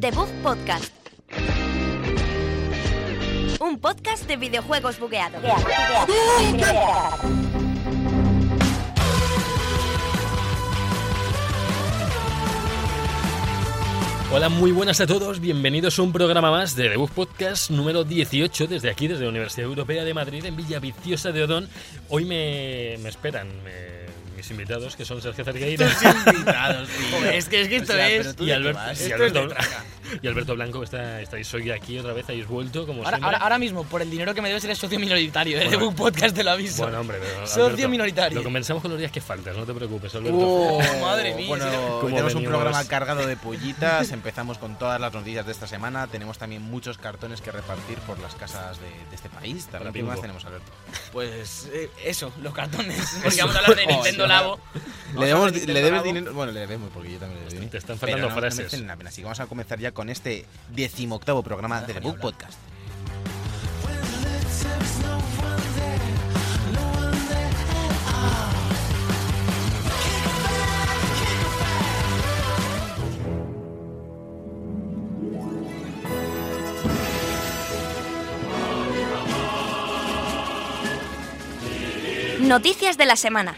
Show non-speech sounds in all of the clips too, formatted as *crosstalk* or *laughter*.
The Bug Podcast. Un podcast de videojuegos bugueados. Hola, muy buenas a todos. Bienvenidos a un programa más de Debug Podcast número 18 desde aquí, desde la Universidad Europea de Madrid, en Villa Viciosa de Odón. Hoy me, me esperan me- mis invitados, que son Sergio Cerqueira invitados, Joder, es que- es que esto es- y, Albert- y Esto es de Alberto, traca. *laughs* y Alberto Blanco. que Está, estáis hoy aquí otra vez, habéis vuelto, como Ahora, siempre. ahora- ahora mismo, por el dinero que me debes, eres socio minoritario de Bueno. Book Podcast, te lo aviso. bueno, hombre, pero, Socio Alberto, minoritario. Lo compensamos con los días que faltas, no te preocupes, Alberto. Oh, *laughs* Madre mía, Bueno, si no- hoy ¿Cómo tenemos un venimos? programa cargado de pollitas. Empezamos con todas las noticias de esta semana. Tenemos también muchos cartones que repartir por las casas de, de este país. Para También ¿Qué bingo. más tenemos, Alberto? Pues eh, eso, los cartones. Porque vamos a hablar de Oh, Nintendo sí. Labo. Le, Vamos a debemos- hablar de le Nintendo debes Labo. dinero. Bueno, le debemos porque yo también le debí. Te están Pero faltando no, No frases. merecen la pena. Así que vamos a comenzar ya con este decimoctavo programa de The Book Podcast. Noticias de la semana.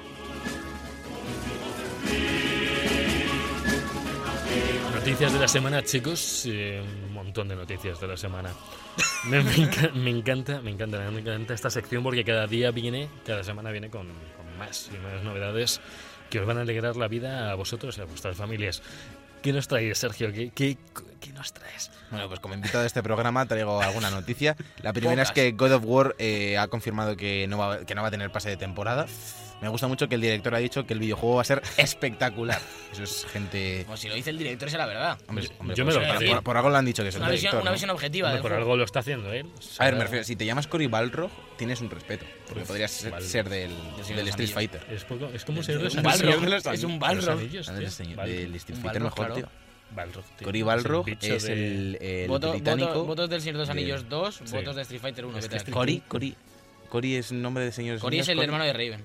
Noticias de la semana, chicos. eh, un montón de noticias de la semana. Me, me enca- me encanta, me encanta, me encanta esta sección porque cada día viene, cada semana viene con, con más y más novedades que os van a alegrar la vida a vosotros y a vuestras familias. ¿Qué nos traes, Sergio? ¿Qué, qué, qué nos traes? Bueno, pues como invitado de este programa traigo alguna noticia. La primera Pocas. es que God of War eh, ha confirmado que no, va, que no va a tener pase de temporada. Me gusta mucho que el director ha dicho que el videojuego va a ser espectacular. Eso es gente... Como Pues si lo dice el director, esa es la verdad. Hombre, hombre, Yo pues, me lo por- creo. por, por algo lo han dicho que es Es el una visión, director. una ¿no? visión objetiva. Hombre, del por juego. algo lo está haciendo ¿eh? él. A ver, me refiero, si te llamas Cory Balrog, tienes un respeto. Porque Uf, podrías ser, Balrog. ser del, Señor de del los Street Anillos. Fighter. Es, poco, es como un señor de Es los un Anillos. Balrog, Señor de los es un Anillos, Balrog. de los Anillos, A ver, tío. el señor Balrog. del Street Un Fighter Balrog, mejor, claro. tío. Balrog, tío. Cory Es el Balrog bicho es de- el, el Voto- voto- británico... votos del Señor de los Anillos 2, Sí. votos de Street Fighter 1. Es que ¿qué tal? Street- Cory, Cory. Cory es el nombre de señores. Cory es el hermano de Raven.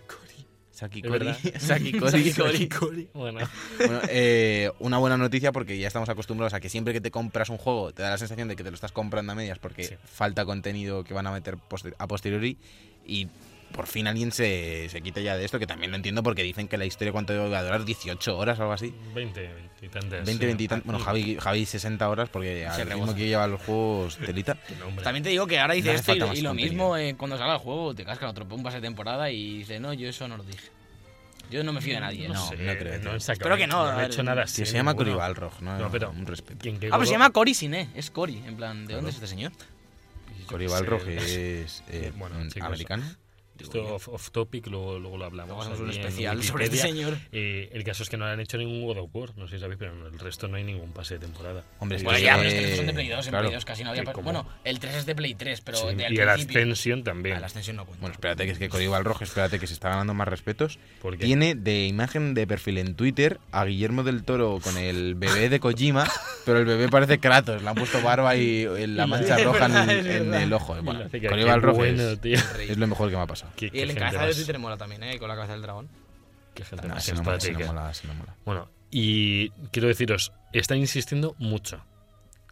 Saki Es Cory. *laughs* verdad. Saki Saki *laughs* Cory. Cory. Bueno, Bueno, eh, una buena noticia porque ya estamos acostumbrados a que siempre que te compras un juego te da la sensación de que te lo estás comprando a medias porque Sí. falta contenido que van a meter poster- a posteriori y por fin alguien se, se quita ya de esto, que también lo entiendo porque dicen que la historia cuánto va a durar, 18 horas o algo así. 20, 20 y tantas. 20, eh, 20 y tan- Bueno, Javi, Javi 60 horas porque al ritmo rebosa. que lleva los juegos, telita. no, hombre. También te digo que ahora No dice hace esto y, falta más y lo contenido. mismo eh, cuando salga el juego, te cascan otro pum, pase de temporada y dice, no, yo eso no lo dije. Yo no me fío de nadie. No, eso. Mm, sé, no creo, tío. han sacado- Espero que no, han a ver, hecho nada Sí, así. se llama Cory ninguno. Balrog, ¿no? No, pero- Un respeto. ¿Quién- qué Ah, pero se gordo? llama Cory Siné, es Cory. En plan, ¿de dónde es este señor? Yo Cory qué sé. Balrog es eh, *laughs* Bueno, un chicos, americano. Esto off, off topic, luego, luego lo hablamos. Vamos a hacer un allí en especial sobre este Wikipedia. señor. Eh, el caso es que no le han hecho ningún God of War, no sé si sabéis, pero en el resto no hay ningún pase de temporada. Hombre, es Y- que Bueno, Sí, ya, pero es que son de Play 2, en claro. Play 2 casi no había. Sí, pa- como- Bueno, el 3 es de Play 3, pero sí, de al y el principio. Ascension Ah, también. el Ascension no cuenta. Bueno, espérate, que es que Cory Balrog, espérate, que se está ganando más respetos. ¿Por qué? Tiene de imagen de perfil en Twitter a Guillermo del Toro con el bebé *laughs* de Kojima, pero el bebé parece Kratos. Le han puesto barba y eh, la Y la- *laughs* mancha es roja en, verdad, el- es en verdad. el ojo. Y Bueno, la cica, Cory qué Balrog bueno, es, tío. es lo mejor que me ha pasado. Qué- y qué el gente encabezado de más- Twitter mola también, ¿eh? Con la cabeza del dragón. Qué Ah, gente No, más si no mola, si no simpática. mola, si no mola. Bueno, y quiero deciros, están insistiendo mucho.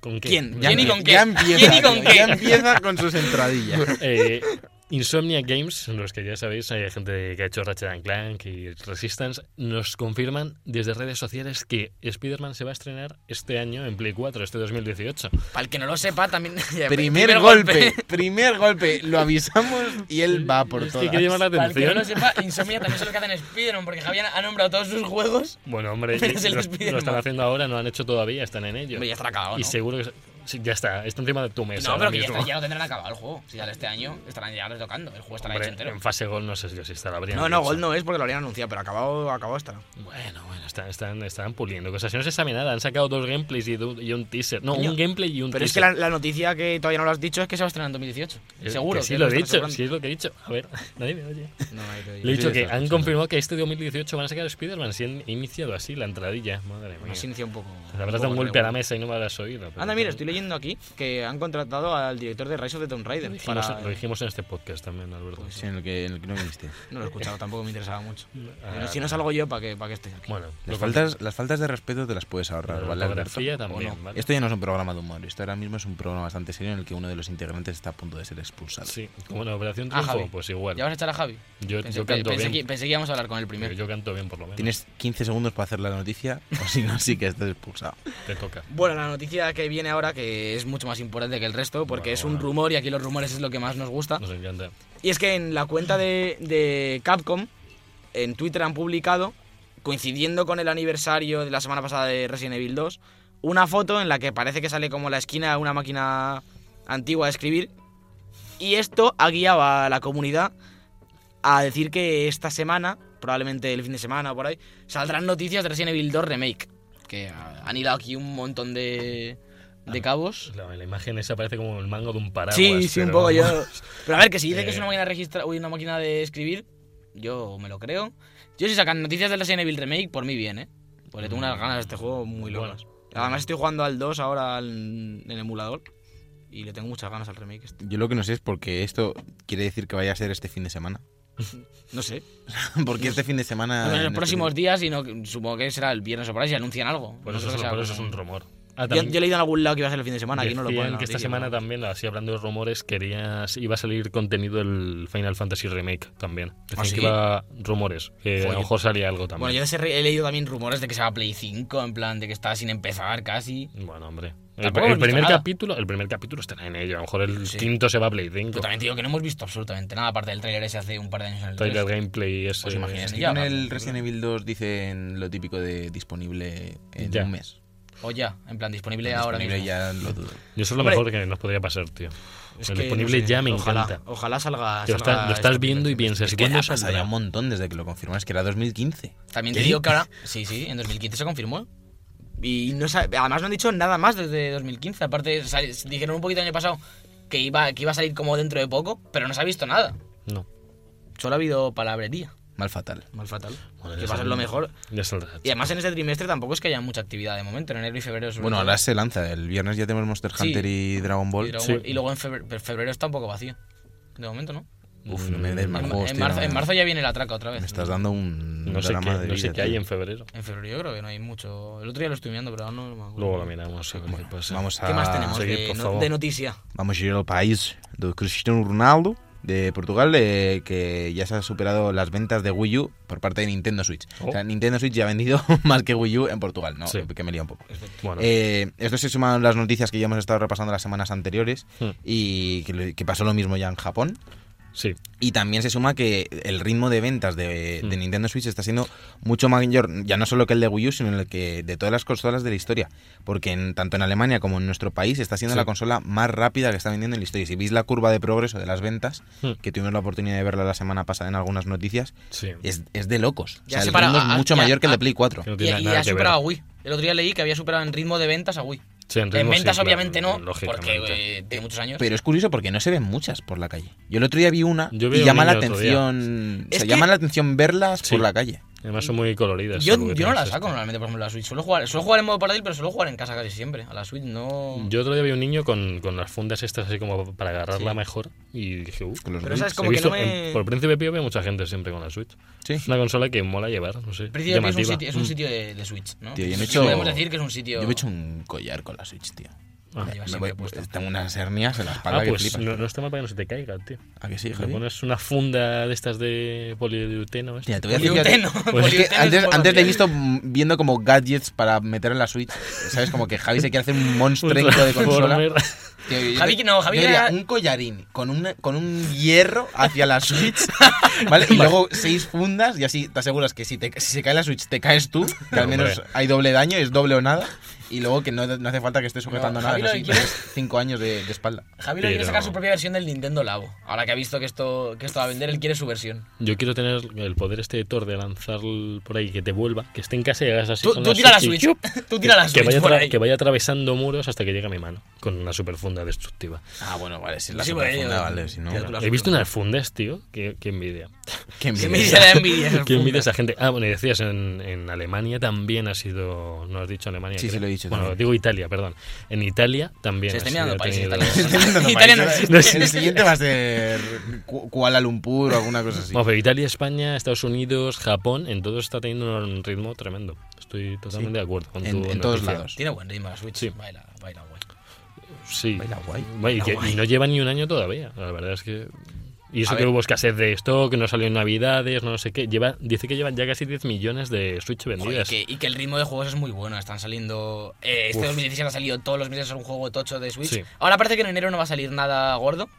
¿Con qué? ¿Quién? Ya- ¿Quién y con qué? Ya empieza, ¿Quién y con tío, qué? ya empieza con sus entradillas. *laughs* *laughs* Eh, Insomnia Games, los que ya sabéis, hay gente que ha hecho Ratchet and Clank y Resistance, nos confirman desde redes sociales que Spider-Man se va a estrenar este año en Play 4, este 2018. Para el que no lo sepa, también. *laughs* Primer golpe, *laughs* *laughs* primer golpe. Lo avisamos y él va por Es que hay que todas. llamar la Para el que no lo atención. sepa, Insomnia también se lo que hacen en Spider-Man, porque Javier ha nombrado todos sus juegos. Bueno, hombre, Pero *laughs* es el lo, Spider-Man. lo están haciendo ahora, no lo han hecho todavía, están en ello. Hombre, ya estará acabado, ¿no? Y seguro que... sí, ya está, está encima de tu mesa. No, pero ahora que ya, mismo. está- ya lo tendrán acabado el juego. Si sale este año, estarán ya tocando. El juego estará Hombre, hecho entero. en fase gol no sé yo si estará abriendo. No, no, gol no es porque lo habrían anunciado, pero acabado, acabado estará. Bueno, bueno, están, están, están puliendo cosas. Si no se sabe nada, han sacado dos gameplays y, do- y un teaser. No, Coño, un gameplay y un Pero es que teaser. la, la noticia que todavía no lo has dicho es que se va a estrenar en 2018. Eh, Seguro. Que sí que lo he están dicho, asegurando. sí es lo que he dicho. *laughs* A ver, nadie me oye. No, ahí te Le he Sí, dicho sí, que está han escuchando. confirmado que este 2018 van a sacar Spider-Man. Si han iniciado así la entradilla. Madre mía. Nos inicia un poco. Te habrás poco dado un golpe a la revuelo. mesa y no me habrás oído. pero- Anda, mira, estoy viendo aquí. Que han contratado al director de Rise of the Tomb Lo Raider. dijimos, para- Pues lo dijimos en este podcast también, Alberto. Sí, en el que, en el que no viniste. No lo he escuchado, tampoco me interesaba *laughs* mucho. Ah, Pero si no salgo yo, ¿para qué, para qué estoy aquí? Bueno, Las lo faltas, las faltas de respeto te las puedes ahorrar, La ¿vale? Alberto? ortografía ¿O también, no? ¿vale? Esto ya no es un programa de humor, esto ahora mismo es un programa bastante serio en el que uno de los integrantes está a punto de ser expulsado. Sí, como en Operación Ah, Triunfo, Javi. pues igual. ¿Ya vas a echar a Javi? Yo, Pensé, yo canto pe- pensé que, bien. pensé que íbamos a hablar con el primero. Yo canto bien, por lo menos. Tienes 15 segundos para hacer la noticia, o si no, sí que estás expulsado. Te toca. Bueno, la noticia que viene ahora, que es mucho más importante que el resto, porque Bueno, es un bueno. rumor y aquí los rumores es lo que más nos gusta. Nos encanta. Y es que en la cuenta de, de Capcom, en Twitter han publicado, coincidiendo con el aniversario de la semana pasada de Resident Evil 2, una foto en la que parece que sale como la esquina de una máquina antigua de escribir. Y esto ha guiado a la comunidad a decir que esta semana, probablemente el fin de semana o por ahí, saldrán noticias de Resident Evil 2 Remake. Que ah, han hilado aquí un montón de, de cabos. La, la imagen esa parece como el mango de un paraguas. Sí, sí, un pero poco yo. vamos. Pero a ver, que si dice que es Eh. una máquina de registra- uy, una máquina de escribir, yo me lo creo. Yo si sacan noticias de Resident Evil Remake, por mí bien, ¿eh? Pues le tengo unas ganas a este juego muy Mm. Bueno. locas. Además estoy jugando al 2 ahora al- en el emulador y le tengo muchas ganas al remake. este. Yo lo que no sé es porque esto quiere decir que vaya a ser este fin de semana. *laughs* No sé. porque este fin de Ah, semana. en no los sé- próximos días, y no, supongo que será el viernes o por ahí, si anuncian algo. Por No eso, creo es, que sea por eso es como- un rumor. Ah, Yo, yo he leído en algún lado que iba a ser el fin de semana, aquí no lo decían ponen. en la que esta noticia, semana pero- también, así hablando de rumores, querías, iba a salir contenido del Final Fantasy Remake también. Decían ¿Ah, sí? que iba rumores, que a Joder. lo mejor salía algo también. Bueno, yo de ese re- he leído también rumores de que se va a Play 5, en plan de que está sin empezar casi. Bueno, hombre. El, Tampoco el hemos visto primer nada. capítulo, el primer capítulo estará en ello. A lo mejor el Sí. quinto se va a Play 5. Pero también te digo que no hemos visto absolutamente nada, aparte del trailer ese hace un par de años en el Trailer 3. gameplay ese. ¿Os imagináis? Es que Ya, con vale. el Resident Evil 2 dicen lo típico de disponible en Ya. un mes. O ya, en plan, disponible, ahora disponible mismo. ya lo dudo. Yo eso es lo Hombre. mejor que nos podría pasar, tío. Es el que, Pues disponible no sé, ya me ojalá, encanta. Ojalá salga. Te este lo, salga estás- lo esta estás viendo y versión. piensas, ¿Qué ¿cuándo ha pasado ya saldrá? un montón desde que lo confirmas? Que era 2015. También te ¿eh? digo que ahora. Sí, sí, en 2015 se confirmó. Y no sa- además no han dicho nada más desde 2015. Aparte, sa- dijeron un poquito el año pasado que iba, que iba a salir como dentro de poco, pero no se ha visto nada. No. Solo ha habido palabrería. Mal fatal. Mal fatal. Bueno, que ya va a ser saldrá. lo mejor. Ya saldrá. Y además en este trimestre tampoco es que haya mucha actividad de momento, en enero y febrero. sobre Bueno, todo. ahora se lanza. El viernes ya tenemos Monster Sí. Hunter y Dragon Ball. Y, luego- Sí. y luego en febr- pero febrero, está un poco vacío. De momento, ¿no? Uf, no me des más En, juegos, en tío, marzo, no, en no. marzo ya viene la traca otra vez. Me estás dando un No sé drama de qué, no sé vida, qué hay tío. en febrero. En febrero yo creo que no hay mucho. El otro día lo estoy mirando, pero ahora no me acuerdo. Luego lo miramos. a ver qué pasa. Vamos a ¿Qué más tenemos seguir, de, por no- favor. de noticia? Vamos a ir al país de Cristiano Ronaldo de Portugal, eh, que ya se ha superado las ventas de Wii U por parte de Nintendo Switch. Oh. O sea, Nintendo Switch ya ha vendido *laughs* más que Wii U en Portugal, ¿no? Sí. Que me lía un poco. Bueno, Eh, esto se suma a las noticias que ya hemos estado repasando las semanas anteriores Hmm. y que, lo- que pasó lo mismo ya en Japón. sí. Y también se suma que el ritmo de ventas de, de Hmm. Nintendo Switch está siendo mucho mayor, ya no solo que el de Wii U, sino el que de todas las consolas de la historia. Porque en, tanto en Alemania como en nuestro país está siendo Sí. la consola más rápida que está vendiendo en la historia. Y Si veis la curva de progreso de las ventas, Hmm. que tuvimos la oportunidad de verla la semana pasada en algunas noticias, Sí. es, es de locos. Ya o sea, se el para- ritmo a- es mucho ya- ah. mayor que el a- de Play 4. Que no Y, tiene y nada ha que ver. superado a Wii. El otro día leí que había superado en ritmo de ventas a Wii. Sí, en en ritmo sí, ventas claro, obviamente no, porque lógicamente. eh, tiene muchos años. Pero es curioso porque no se ven muchas por la calle. Yo el otro día vi una Yo vi y un llama la niño el otro día. atención. O Es sea, que- llama la atención verlas Sí. por la calle. Además son muy coloridas. yo, algo que yo no tienes la esto. saco normalmente, por ejemplo, la Switch. Suelo jugar, suelo jugar en modo portátil, pero suelo jugar en casa casi siempre. A la Switch no... Yo otro día vi un niño con, con las fundas estas así como para agarrarla mejor y dije, uh, Con los Pero Wii. esa es como He que visto no me... en- por Príncipe Pío veo mucha gente siempre con la Switch. Sí. Es una consola que mola llevar, no sé. Príncipe Pío es llamativa. un Mm. sitio, es un sitio de, de Switch, ¿no? Tío, yo me he Sí, hecho- Podemos decir que es un sitio... Yo me he hecho un collar con la Switch, tío. Ah. Lleva Me siempre voy- pues, puesto. tengo unas hernias en la espalda Ah, que pues flipas. no, no está mal para que no se te caiga, tío. ¿A que sí, Le Javi? pones una funda de estas de poliurteno. ¿ves? Mira, te voy a decir que- Poliuteno. *laughs* Pues es que poliuteno es antes, modo antes le he portátil. visto mm, viendo como gadgets para meter en la Switch. ¿Sabes? Como que Javi se quiere hacer un monstruenco de consola. Transformer. *laughs* Tío, yo- yo Javi, te- no, Javi yo diría era- un collarín con, una, con un hierro hacia *laughs* la Switch, ¿vale? Y luego seis fundas y así te aseguras que si, te, si se cae la Switch te caes tú, que al Hombre. menos hay doble daño, es doble o nada. Y luego que no, no hace falta que estés sujetando No, nada, Javi, eso lo sí, que quieres- tienes cinco años de, de espalda. Javi lo Pero- quiere sacar su propia versión del Nintendo Labo. Ahora que ha visto que esto, que esto va a vender, él quiere su versión. Yo quiero tener el poder este de Thor de lanzar por ahí que te vuelva, que esté en casa y hagas así. Tú, con tú tira la y Switch. ¡chup! *laughs* Tú tira la que, Switch. vaya por atra- ahí. que vaya atravesando muros hasta que llegue a mi mano con una superfunda destructiva. Ah, bueno, vale, si es la Sí, bueno, superfunda, yo- vale, si no... yo- Tú la He visto unas fundas, tío, que, que envidia. Qué Que envidia. me dice *laughs* la *laughs* envidia. ¿Quién mide esa gente? Ah, bueno, y decías, en, en Alemania también ha sido. No has dicho Alemania. Sí, creo. sí, lo he dicho Bueno, también. digo Italia, perdón. En Italia también. Se está ha mirando sido- ha países tenido- italianos. Intentando Italia no país. existe. El siguiente va a ser Ku- Kuala Lumpur o alguna cosa *laughs* así. Bueno, pero Italia, España, Estados Unidos, Japón, en todo está teniendo un ritmo tremendo. Estoy totalmente de acuerdo con En- tu en todos noticia. lados. Tiene buen ritmo la Switch. Sí. Baila, baila, guay. Sí. Baila guay. Bueno, y, Baila que- y guay. no lleva ni un año todavía. La verdad es que. Y eso A que ver. hubo escasez de stock, no salió en Navidades, no sé qué. Lleva, dice que llevan ya casi 10 millones de Switch Joder, vendidas. que- y que el ritmo de juegos es muy bueno. Están saliendo. eh, este Uf. 2016 ha salido todos los meses un juego tocho de Switch. Sí. Ahora parece que en enero no va a salir nada gordo.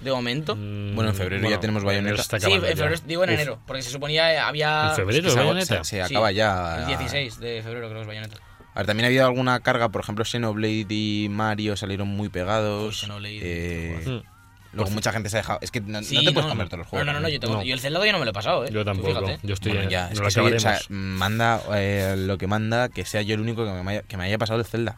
De momento. Mm, Bueno, en febrero ya tenemos enero Bayonetta. está sí, en acabando ya. febrero. Digo en Uf, enero. Porque se suponía eh, había. ¿En febrero, se, Bayonetta? se- se acaba Sí, ya. El 16 de febrero creo que es Bayonetta. A ver, también ha habido alguna carga, por ejemplo, Xenoblade y Mario salieron muy Joder, pegados. Pues Xenoblade, Eh, Mm. luego mucha gente se ha dejado. Es que no, no Sí, te puedes comer todos los juegos. No, no, no, yo, tengo- No. yo el Zelda yo no me lo he pasado, ¿eh? Yo Tú tampoco. fíjate. Yo estoy Bueno, ya, no es lo que soy- o acabaremos. sea, manda eh, lo que manda, que sea yo el único que me haya, que me haya pasado el Zelda.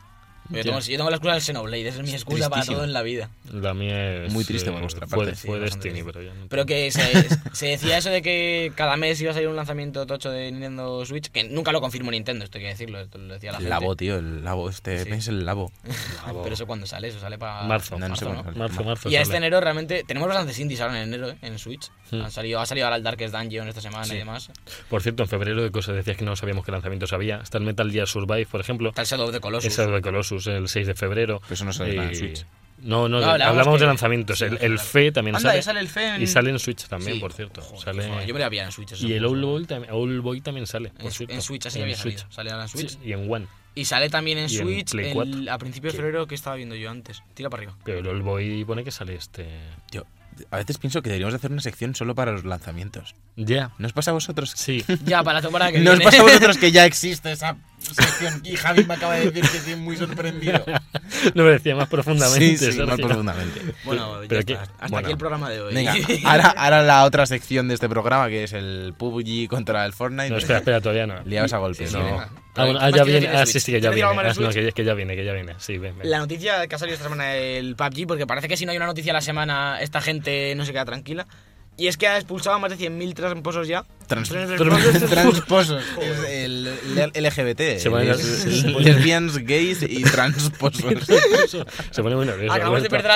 Yo tengo, yo tengo la excusa del Xenoblade, esa es mi excusa para tristísimo. todo en la vida. La mía es. Muy triste por eh, vuestra fue- parte, sí, Fue bastante Destiny, triste. pero ya no. Pero *laughs* que se, se decía eso de que cada mes iba a salir un lanzamiento tocho de Nintendo Switch, que nunca lo confirmó Nintendo, esto hay que decirlo, esto lo decía la El gente. labo, tío, el labo. Este Sí. mes el labo. Pero eso cuando sale, eso sale para Marzo. No, no sé marzo, cuándo ¿no? sale. Marzo, marzo. Y a sale. este enero realmente tenemos bastantes indies ahora en enero, ¿eh? en Switch. Hmm. Han salido, ha salido ahora el Darkest Dungeon esta semana y demás. Por cierto, en febrero de cosas decías que no sabíamos qué lanzamientos había. Está el Metal Gear Survive, por ejemplo. Está el Shadow of the Colossus. Esa de Colossus, el 6 de febrero. Pero eso no sale nada en Switch. No, no, No, hablábamos hablamos que- de lanzamientos. sí, el, no, el claro. FE también Anda, sale. ya sale el Fe en... Y sale en Switch también, Sí. por cierto. Joder, sale... joder, yo me lo había en Switch. eso Y el seguro. Old Boy, también, Old Boy también sale. En, Por Su- cierto. en Switch, así En había Switch. salido. Sale ahora en Switch. Sí, y en One. Y sale también en Y en Switch Play el- 4. a principios de Sí. febrero que estaba viendo yo antes. Tira para arriba. Pero el Old Boy pone que sale este. Tío, a veces pienso que deberíamos de hacer una sección solo para los lanzamientos. Ya. ¿No os pasa a vosotros? Sí. *laughs* Ya, para la temporada que ¿No os viene. pasa a vosotros que ya existe esa sección? Y Javi me acaba de decir que estoy muy sorprendido. Lo decía más profundamente. Sí, sí, más Sergio. profundamente. *laughs* Bueno, ya Pero está. que- Hasta bueno. aquí el programa de hoy. *laughs* Venga, ahora, ahora la otra sección de este programa que es el PUBG contra el Fortnite. No, espera, espera, todavía no. Liaos a golpes. Sí, No. venga. Ah, bueno, ah, Más ya que viene. tiene Ah, Switch. sí, sí, que ya ¿Tiene viene. tirado Mario Ah, no, Switch? que, que ya viene, que ya viene. Sí, ven, ven. La noticia que ha salido esta semana del PUBG, porque parece que si no hay una noticia a la semana, esta gente no se queda tranquila. Y es que ha expulsado a más de 100.000 tramposos ya. *laughs* Trans- Transposos. Transposos. Es el, el LGBT. Se ponen les- los- se ponen- *laughs* lesbians, *laughs* gays y transposos. Se pone muy nervioso. *laughs* Acabamos de Alberto. perder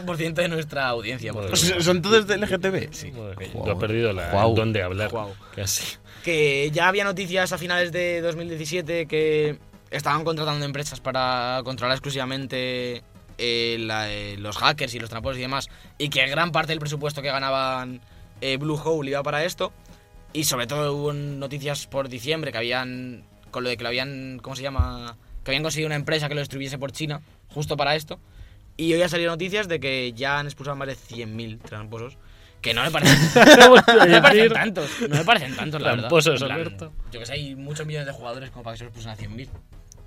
al 80% de nuestra audiencia. por Madre favor. *laughs* ¿Son todos de LGTB? Sí. Joder, Guau. Tú has perdido la, Guau. el don de hablar. Guau. Casi. que ya había noticias a finales de 2017 que estaban contratando empresas para controlar exclusivamente eh, la- eh, los hackers y los tramposos y demás, y que gran parte del presupuesto que ganaban eh, Blue Hole iba para esto, y sobre todo hubo noticias por diciembre que habían, con lo de que lo habían, ¿cómo se llama? Que habían conseguido una empresa que lo distribuyese por China, justo para esto, y hoy ha salido noticias de que ya han expulsado más de 100.000 tramposos, que no *laughs* me parece... *laughs* No me parecen tantos, no me parecen tantos, la verdad. Tramposos, En plan, Alberto. Yo que sé, hay muchos millones de jugadores como para que se los pusen a 100.000.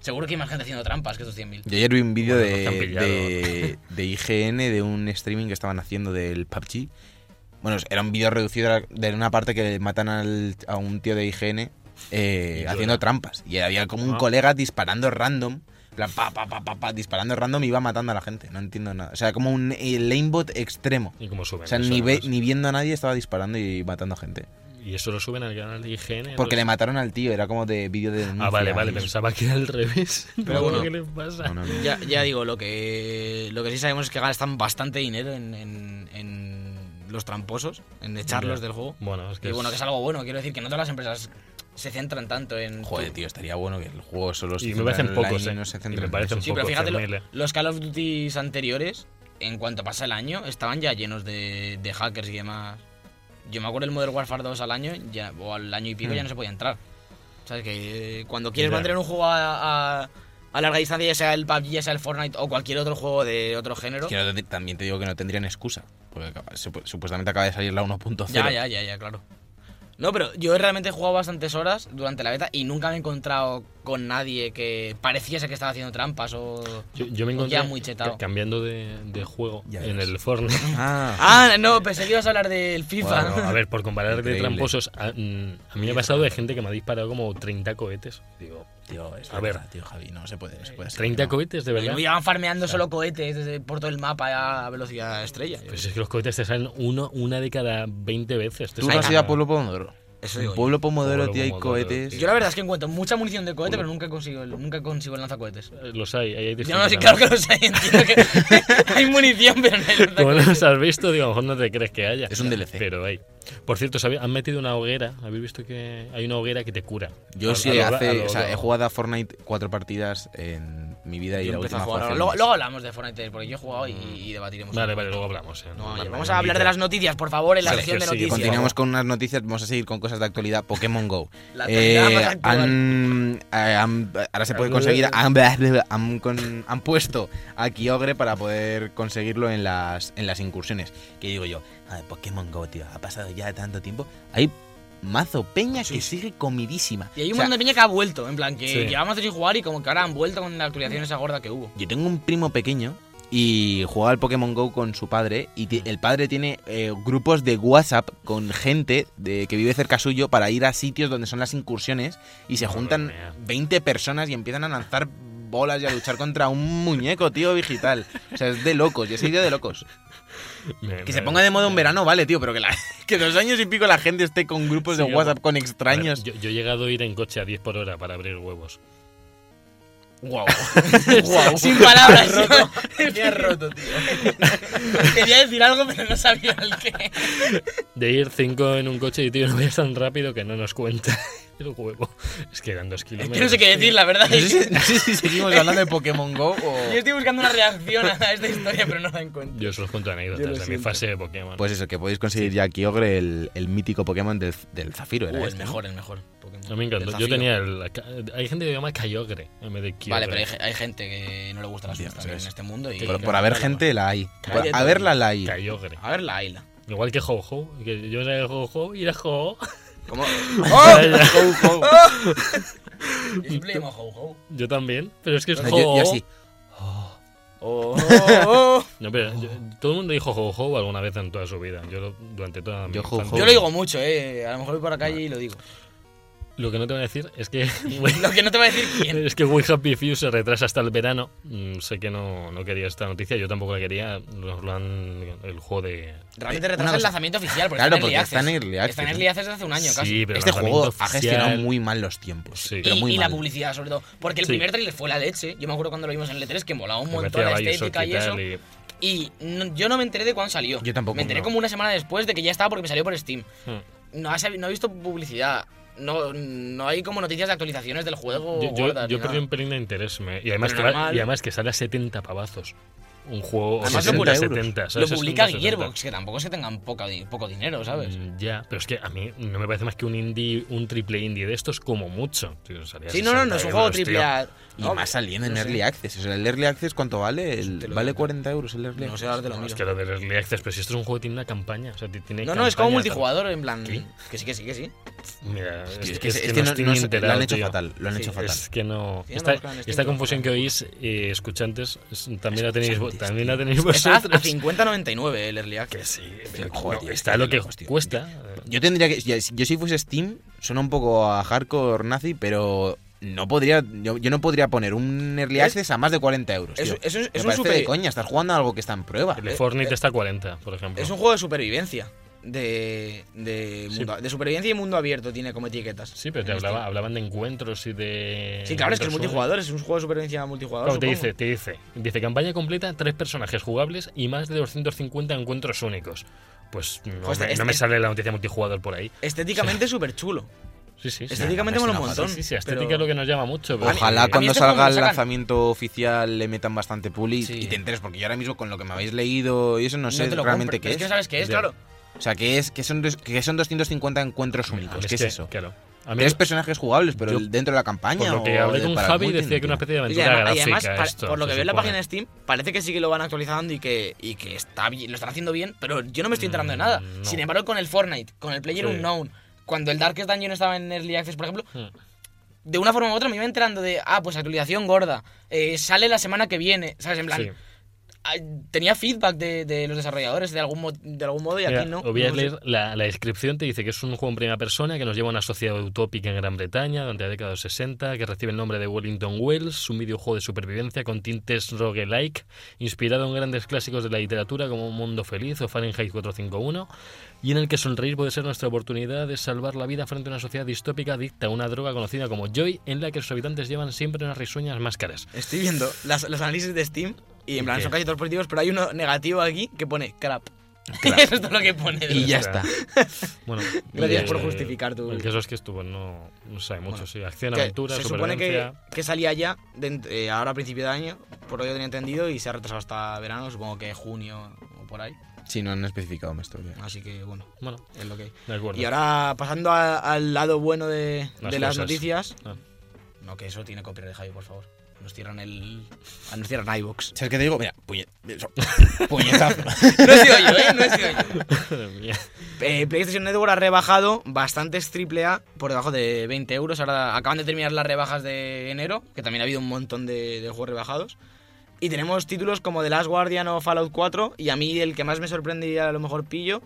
Seguro que hay más gente haciendo trampas que estos 100.000. Yo ayer vi un vídeo Bueno, los que han de, pillado. de, de IGN de un streaming que estaban haciendo del PUBG. Bueno, era un vídeo reducido era de una parte que matan al- a un tío de IGN eh, Y llora. haciendo trampas. Y había como un Ah. colega disparando random. en plan, pa, pa, pa, pa, pa, disparando random y iba matando a la gente. No entiendo nada. O sea, como un eh, lanebot extremo. Y como suben. O sea, eso, ni, ve- además. ni viendo a nadie estaba disparando y matando a gente. Y eso lo suben al canal de IGN. Porque los- le mataron al tío, era como de vídeo de denuncia. Ah, vale, vale, Y- pensaba que era al revés. *laughs* Pero bueno. ¿Qué le pasa? No, no, no. Ya, ya digo, lo que, lo que sí sabemos es que gastan bastante dinero en, en- en los tramposos, en echarlos Ya. del juego. Bueno, es que. Y bueno, que es- es algo bueno. Quiero decir que no todas las empresas se centran tanto en... Joder, tío, estaría bueno que el juego solo se Y me centra en parecen online pocos, y eh. no se Y centra me en parecen eso. Sí, pero poco, fíjate, lo- 100.000. los Call of Duty anteriores, en cuanto pasa el año, estaban ya llenos de, de hackers y demás. Yo me acuerdo el Modern Warfare 2 al año, ya, o al año y pico, Hmm. ya no se podía entrar. ¿Sabes? Que eh, cuando quieres Ya. mantener un juego a, a- a larga distancia, ya sea el PUBG, ya sea el Fortnite o cualquier otro juego de otro género. Es que no te- también te digo que no tendrían excusa. Porque acaba- supu- supuestamente acaba de salir la 1.0. Ya, ya, ya, ya, claro. No, pero yo realmente he jugado bastantes horas durante la beta y nunca me he encontrado con nadie que pareciese que estaba haciendo trampas o. Yo, yo me o encontré ya muy chetado. ca- cambiando de, de juego Ya en ves. el Fortnite. *laughs* Ah, Ah, no, pensé que ibas a hablar del FIFA. Bueno, A ver, por comparar de Increíble. tramposos, a, mm, a mí me ha pasado de gente que me ha disparado como 30 cohetes. Digo, tío, es A a ver. ver, tío Javi, no se puede, no se puede. hacer, 30 no. cohetes, de verdad. Me iban farmeando solo cohetes desde- por todo el mapa a velocidad estrella. Pues es que los cohetes te salen uno, una de cada 20 veces. Te ¿Tú salen- no has ido a Pueblo Pomodoro? Eso digo En yo. Pueblo Pomodoro, Pueblo tío, hay Pomodoro, cohetes. tío. Yo la verdad es que encuentro mucha munición de cohete, pero nunca consigo el, nunca consigo el lanzacohetes. Eh, Los hay, ahí hay Yo no sé, *laughs* distintos claro que los hay, entiendo que *laughs* hay munición, pero no hay nombres. Como no lanzacohetes. los has visto, digo, a lo mejor no te crees que haya. Es un DLC. Pero hay. Por cierto, ¿sabe- han metido una hoguera. ¿Habéis visto que hay una hoguera que te cura? Yo A- sí a lo- a hace, lo- o sea, he jugado a Fortnite cuatro partidas en mi vida y Yo la empecé a última jugar fue ahora. hace Luego, un mes. luego hablamos de Fortnite, porque yo he jugado y, y debatiremos. Vale, vale, luego hablamos. eh. Vale, No, oye, vale, vamos no a hablar de quiero- las noticias, por favor, en la Vale, sección de sí, noticias. Continuamos con unas noticias, vamos a seguir con cosas de actualidad. Pokémon Go. *laughs* Eh, La actualidad más actual. han- eh, han- ahora se *laughs* puede conseguir. Han, han con- han puesto a Kyogre para poder conseguirlo en las, en las incursiones. Que digo yo, "Ay, Pokémon Go, tío, ha pasado ya tanto tiempo. Hay mazo peña que sigue comidísima. Y hay un O sea, montón de peña que ha vuelto, en plan, que Sí. llevamos sin jugar y como que ahora han vuelto con la actualización esa gorda que hubo. Yo tengo un primo pequeño y jugaba al Pokémon Go con su padre y ti- el padre tiene eh, grupos de WhatsApp con gente de, que vive cerca suyo para ir a sitios donde son las incursiones y se Madre juntan mía. 20 personas y empiezan a lanzar bolas y a luchar contra un muñeco, tío, digital. O sea, es de locos, yo soy *laughs* de locos. Me- Que se me- ponga de moda un verano, vale, tío, pero que, la- *laughs* que dos años y pico la gente esté con grupos Sí, de yo- WhatsApp con A ver, extraños. *laughs* Yo, yo he llegado a ir en coche a 10 por hora para abrir huevos. *laughs* Wow. *laughs* Sin palabras, roto. Tenía roto, tío. Quería decir algo, pero no sabía el qué. De ir 5 en un coche y tío, no vayas tan rápido que no nos cuenta *laughs* el huevo. Es que eran 2 Es kilómetros. que no sé qué decir, la verdad. No sé, si, no sé si seguimos hablando de Pokémon Go o... *laughs* Yo estoy buscando una reacción a esta historia, pero no la encuentro. Yo solo os cuento Yo lo anécdotas de mi siento. fase de Pokémon. Pues eso, que podéis conseguir ya Kyogre, el, el mítico Pokémon del, del Zafiro. Era Uh, el este, ¿no? mejor, el mejor. No me encantó. Yo tenía el. la ca- Hay gente que llama Kyogre en vez de Kyogre. Vale, pero hay, hay gente que no le gusta la Tío, fiesta sí, en sí. este mundo. Y Por, por haber gente, la hay. Por Cállate. haberla, la hay. *laughs* Kyogre. A ver, la isla. Igual que Ho-Ho. Que yo sabía Ho-Ho y era ho *laughs* ¿Cómo? Yo siempre le llamo Ho Ho. Oh. Yo también. Pero es que es No, Ho-Ho. yo, yo sí. No, pero yo- todo el mundo dijo Ho-Ho alguna vez en toda su vida. Yo lo- durante toda mi Yo Ho-Ho. infancia. Yo lo digo mucho, eh. A lo mejor voy por la calle y *laughs* lo digo. Lo que no te voy a decir es que. *laughs* Lo que no te va a decir *laughs* quién. Es que We Happy Few se retrasa hasta el verano. Mm, Sé que no, no quería esta noticia, yo tampoco la quería. Nos lo han. El juego de. Realmente Eh, retrasa una el cosa. lanzamiento oficial. Porque está Claro, en porque Early está en Access. Early Access, ¿eh? Está en ¿no? Early Access desde hace un año casi. Sí, pero el Este lanzamiento juego ha oficial- gestionado muy mal los tiempos. Sí. *laughs* Pero y, muy y la mal. publicidad, sobre todo. Porque el Sí. primer tráiler fue E la leche. ¿eh? Yo me acuerdo cuando lo vimos en el E3 que molaba un que montón la parecía estética y Bioshock eso. y Y no- yo no me enteré de cuándo salió. Yo tampoco, Me enteré no. como una semana después de que ya estaba porque me salió por Steam. tal, y- No, has- no he visto publicidad. No, no hay como noticias de actualizaciones del juego. Yo, yo- gordas yo ni perdí nada. un pelín de interés. me- y, además Pero que va- normal. y además que sale a 70 pavazos. Un juego Además lo 60, publica- 70. Lo ¿sabes? publica 60, Gearbox, que tampoco es que tengan poca di- poco dinero, 70. ¿sabes? Mm, Ya, pero es que a mí no me parece más que un indie, un triple indie de estos como mucho. tío, salía Sí, no, no, no 60 es un juego euros, tío. triple A. Y No, más saliendo en no sé. Early Access. O sea, el Early Access, ¿cuánto vale? El- Te lo vale digo. 40 euros el Early No Access. sé, ahora te lo No, es miro. que lo del Early Access, pero si esto es un juego que tiene una campaña. O sea, ti- tiene No, no, es como campaña, multijugador, en plan. ¿Qué? Que sí, que sí, *laughs* que sí. tal. Mira, Tío, es, es que, es que es no que no- estoy no ni se- lo enterado, han hecho tío. fatal. Lo han Sí, hecho es fatal. Es que no. Sí, no Esta, lo buscan en este Steam, esta no lo confusión que buscan en oís, eh, escuchantes, es- también la tenéis, vo- Escuchantes, también tío. la tenéis Está a vosotros. 50.99 el Early Access. Que sí, pero Tío, joder, no, tío, está está lo de que lejos, tío. cuesta. Eh, Yo tendría que. Yo, yo si fuese Steam, suena un poco a hardcore nazi, pero no podría. Yo, yo no podría poner un early Es- access a más de 40 euros. es- tío. es un- es Me un parece super- de coña, estás jugando a algo que está en prueba. El de Fortnite está a 40, por ejemplo. eh, Es un juego de supervivencia. De, de, Sí. mundo- de supervivencia y mundo abierto tiene como etiquetas. Sí, pero te En hablaba, Steam. hablaban de encuentros y de. Sí, claro, es que es encuentros multijugador, es un juego de supervivencia solo. multijugador. Claro, te supongo. dice, te dice, dice campaña completa, tres personajes jugables y más de 250 encuentros únicos. Pues no, Pues me, es- no me es- sale la noticia multijugador por ahí. Estéticamente es súper chulo. Sí, sí, sí. Estéticamente no, mola no, un no, no, montón. Sí, sí, estética pero- es lo que nos llama mucho. pero- Ojalá Eh, cuando este juego salga lo el sacan. lanzamiento oficial le metan bastante puli Sí. y te enteres, porque yo ahora mismo con lo que me habéis leído y eso no sé te lo realmente compro. qué es. Es que sabes qué es, Ya. claro. O sea, que es que son, dos- que son 250 encuentros a mí únicos. es ¿Qué es que, eso? Claro. A mí- Tres personajes jugables, pero yo- el- dentro de la campaña. Por lo que o hablé de- con para Javi multi, no decía que una entiendo. especie de Y aventura además, y gráfica además, pa- esto, por lo que se veo en la supone. página de Steam, parece que sí que lo van actualizando y que, y que está bien, lo están haciendo bien, pero yo no me estoy enterando de Mm, nada. no. Sin embargo, con el Fortnite, con el Player Unknown, cuando el Darkest Dungeon estaba en Early Access, por ejemplo, Hmm. de una forma u otra me iba entrando de, ah, pues actualización gorda, eh, sale la semana que viene, ¿sabes? En plan, Sí. ah, tenía feedback de, de los desarrolladores de algún, mo- de algún modo y Mira, aquí no. os voy a no sé. leer la, la descripción, te dice que es un juego en primera persona que nos lleva a una sociedad utópica en Gran Bretaña durante la década de los 60, que recibe el nombre de Wellington Wells, un videojuego de supervivencia con tintes roguelike, inspirado en grandes clásicos de la literatura como Mundo Feliz o Fahrenheit 451, y en el que sonreír puede ser nuestra oportunidad de salvar la vida frente a una sociedad distópica adicta a una droga conocida como Joy, en la que sus habitantes llevan siempre unas risueñas máscaras. Estoy viendo las, los análisis de Steam y ¿Y en plan qué? son casi todos positivos, pero hay uno negativo aquí que pone crap. Crap. Eso es todo lo que pone. de Y ya Espera. está. *laughs* Bueno, Gracias por justificar tu- El caso es que esto pues, no, no sabe mucho, Bueno, sí. Acción, Que aventura, se supone que, supervivencia. que salía ya de- eh, ahora a principio de año, por lo que yo tenía entendido, y se ha retrasado hasta verano, supongo que junio o por ahí. Sí, no han especificado más todavía. Así que bueno, Bueno, es lo que hay. de acuerdo. Y *laughs* ahora pasando a- al lado bueno de Las de las cosas. noticias. Ah. No, que eso tiene copyright, Javi, por favor. Nos cierran el. ah, Nos cierran *laughs* iBox. ¿Sabes qué te digo? Mira, puñe- *laughs* eso. puñetazo. No he sido yo, ¿eh? No he sido yo. Madre mía. Eh, PlayStation Network ha rebajado bastantes AAA por debajo de 20 euros. Ahora acaban de terminar las rebajas de enero, que también ha habido un montón de, de juegos rebajados. Y tenemos títulos como The Last Guardian o Fallout 4. Y a mí el que más me sorprende y a lo mejor pillo,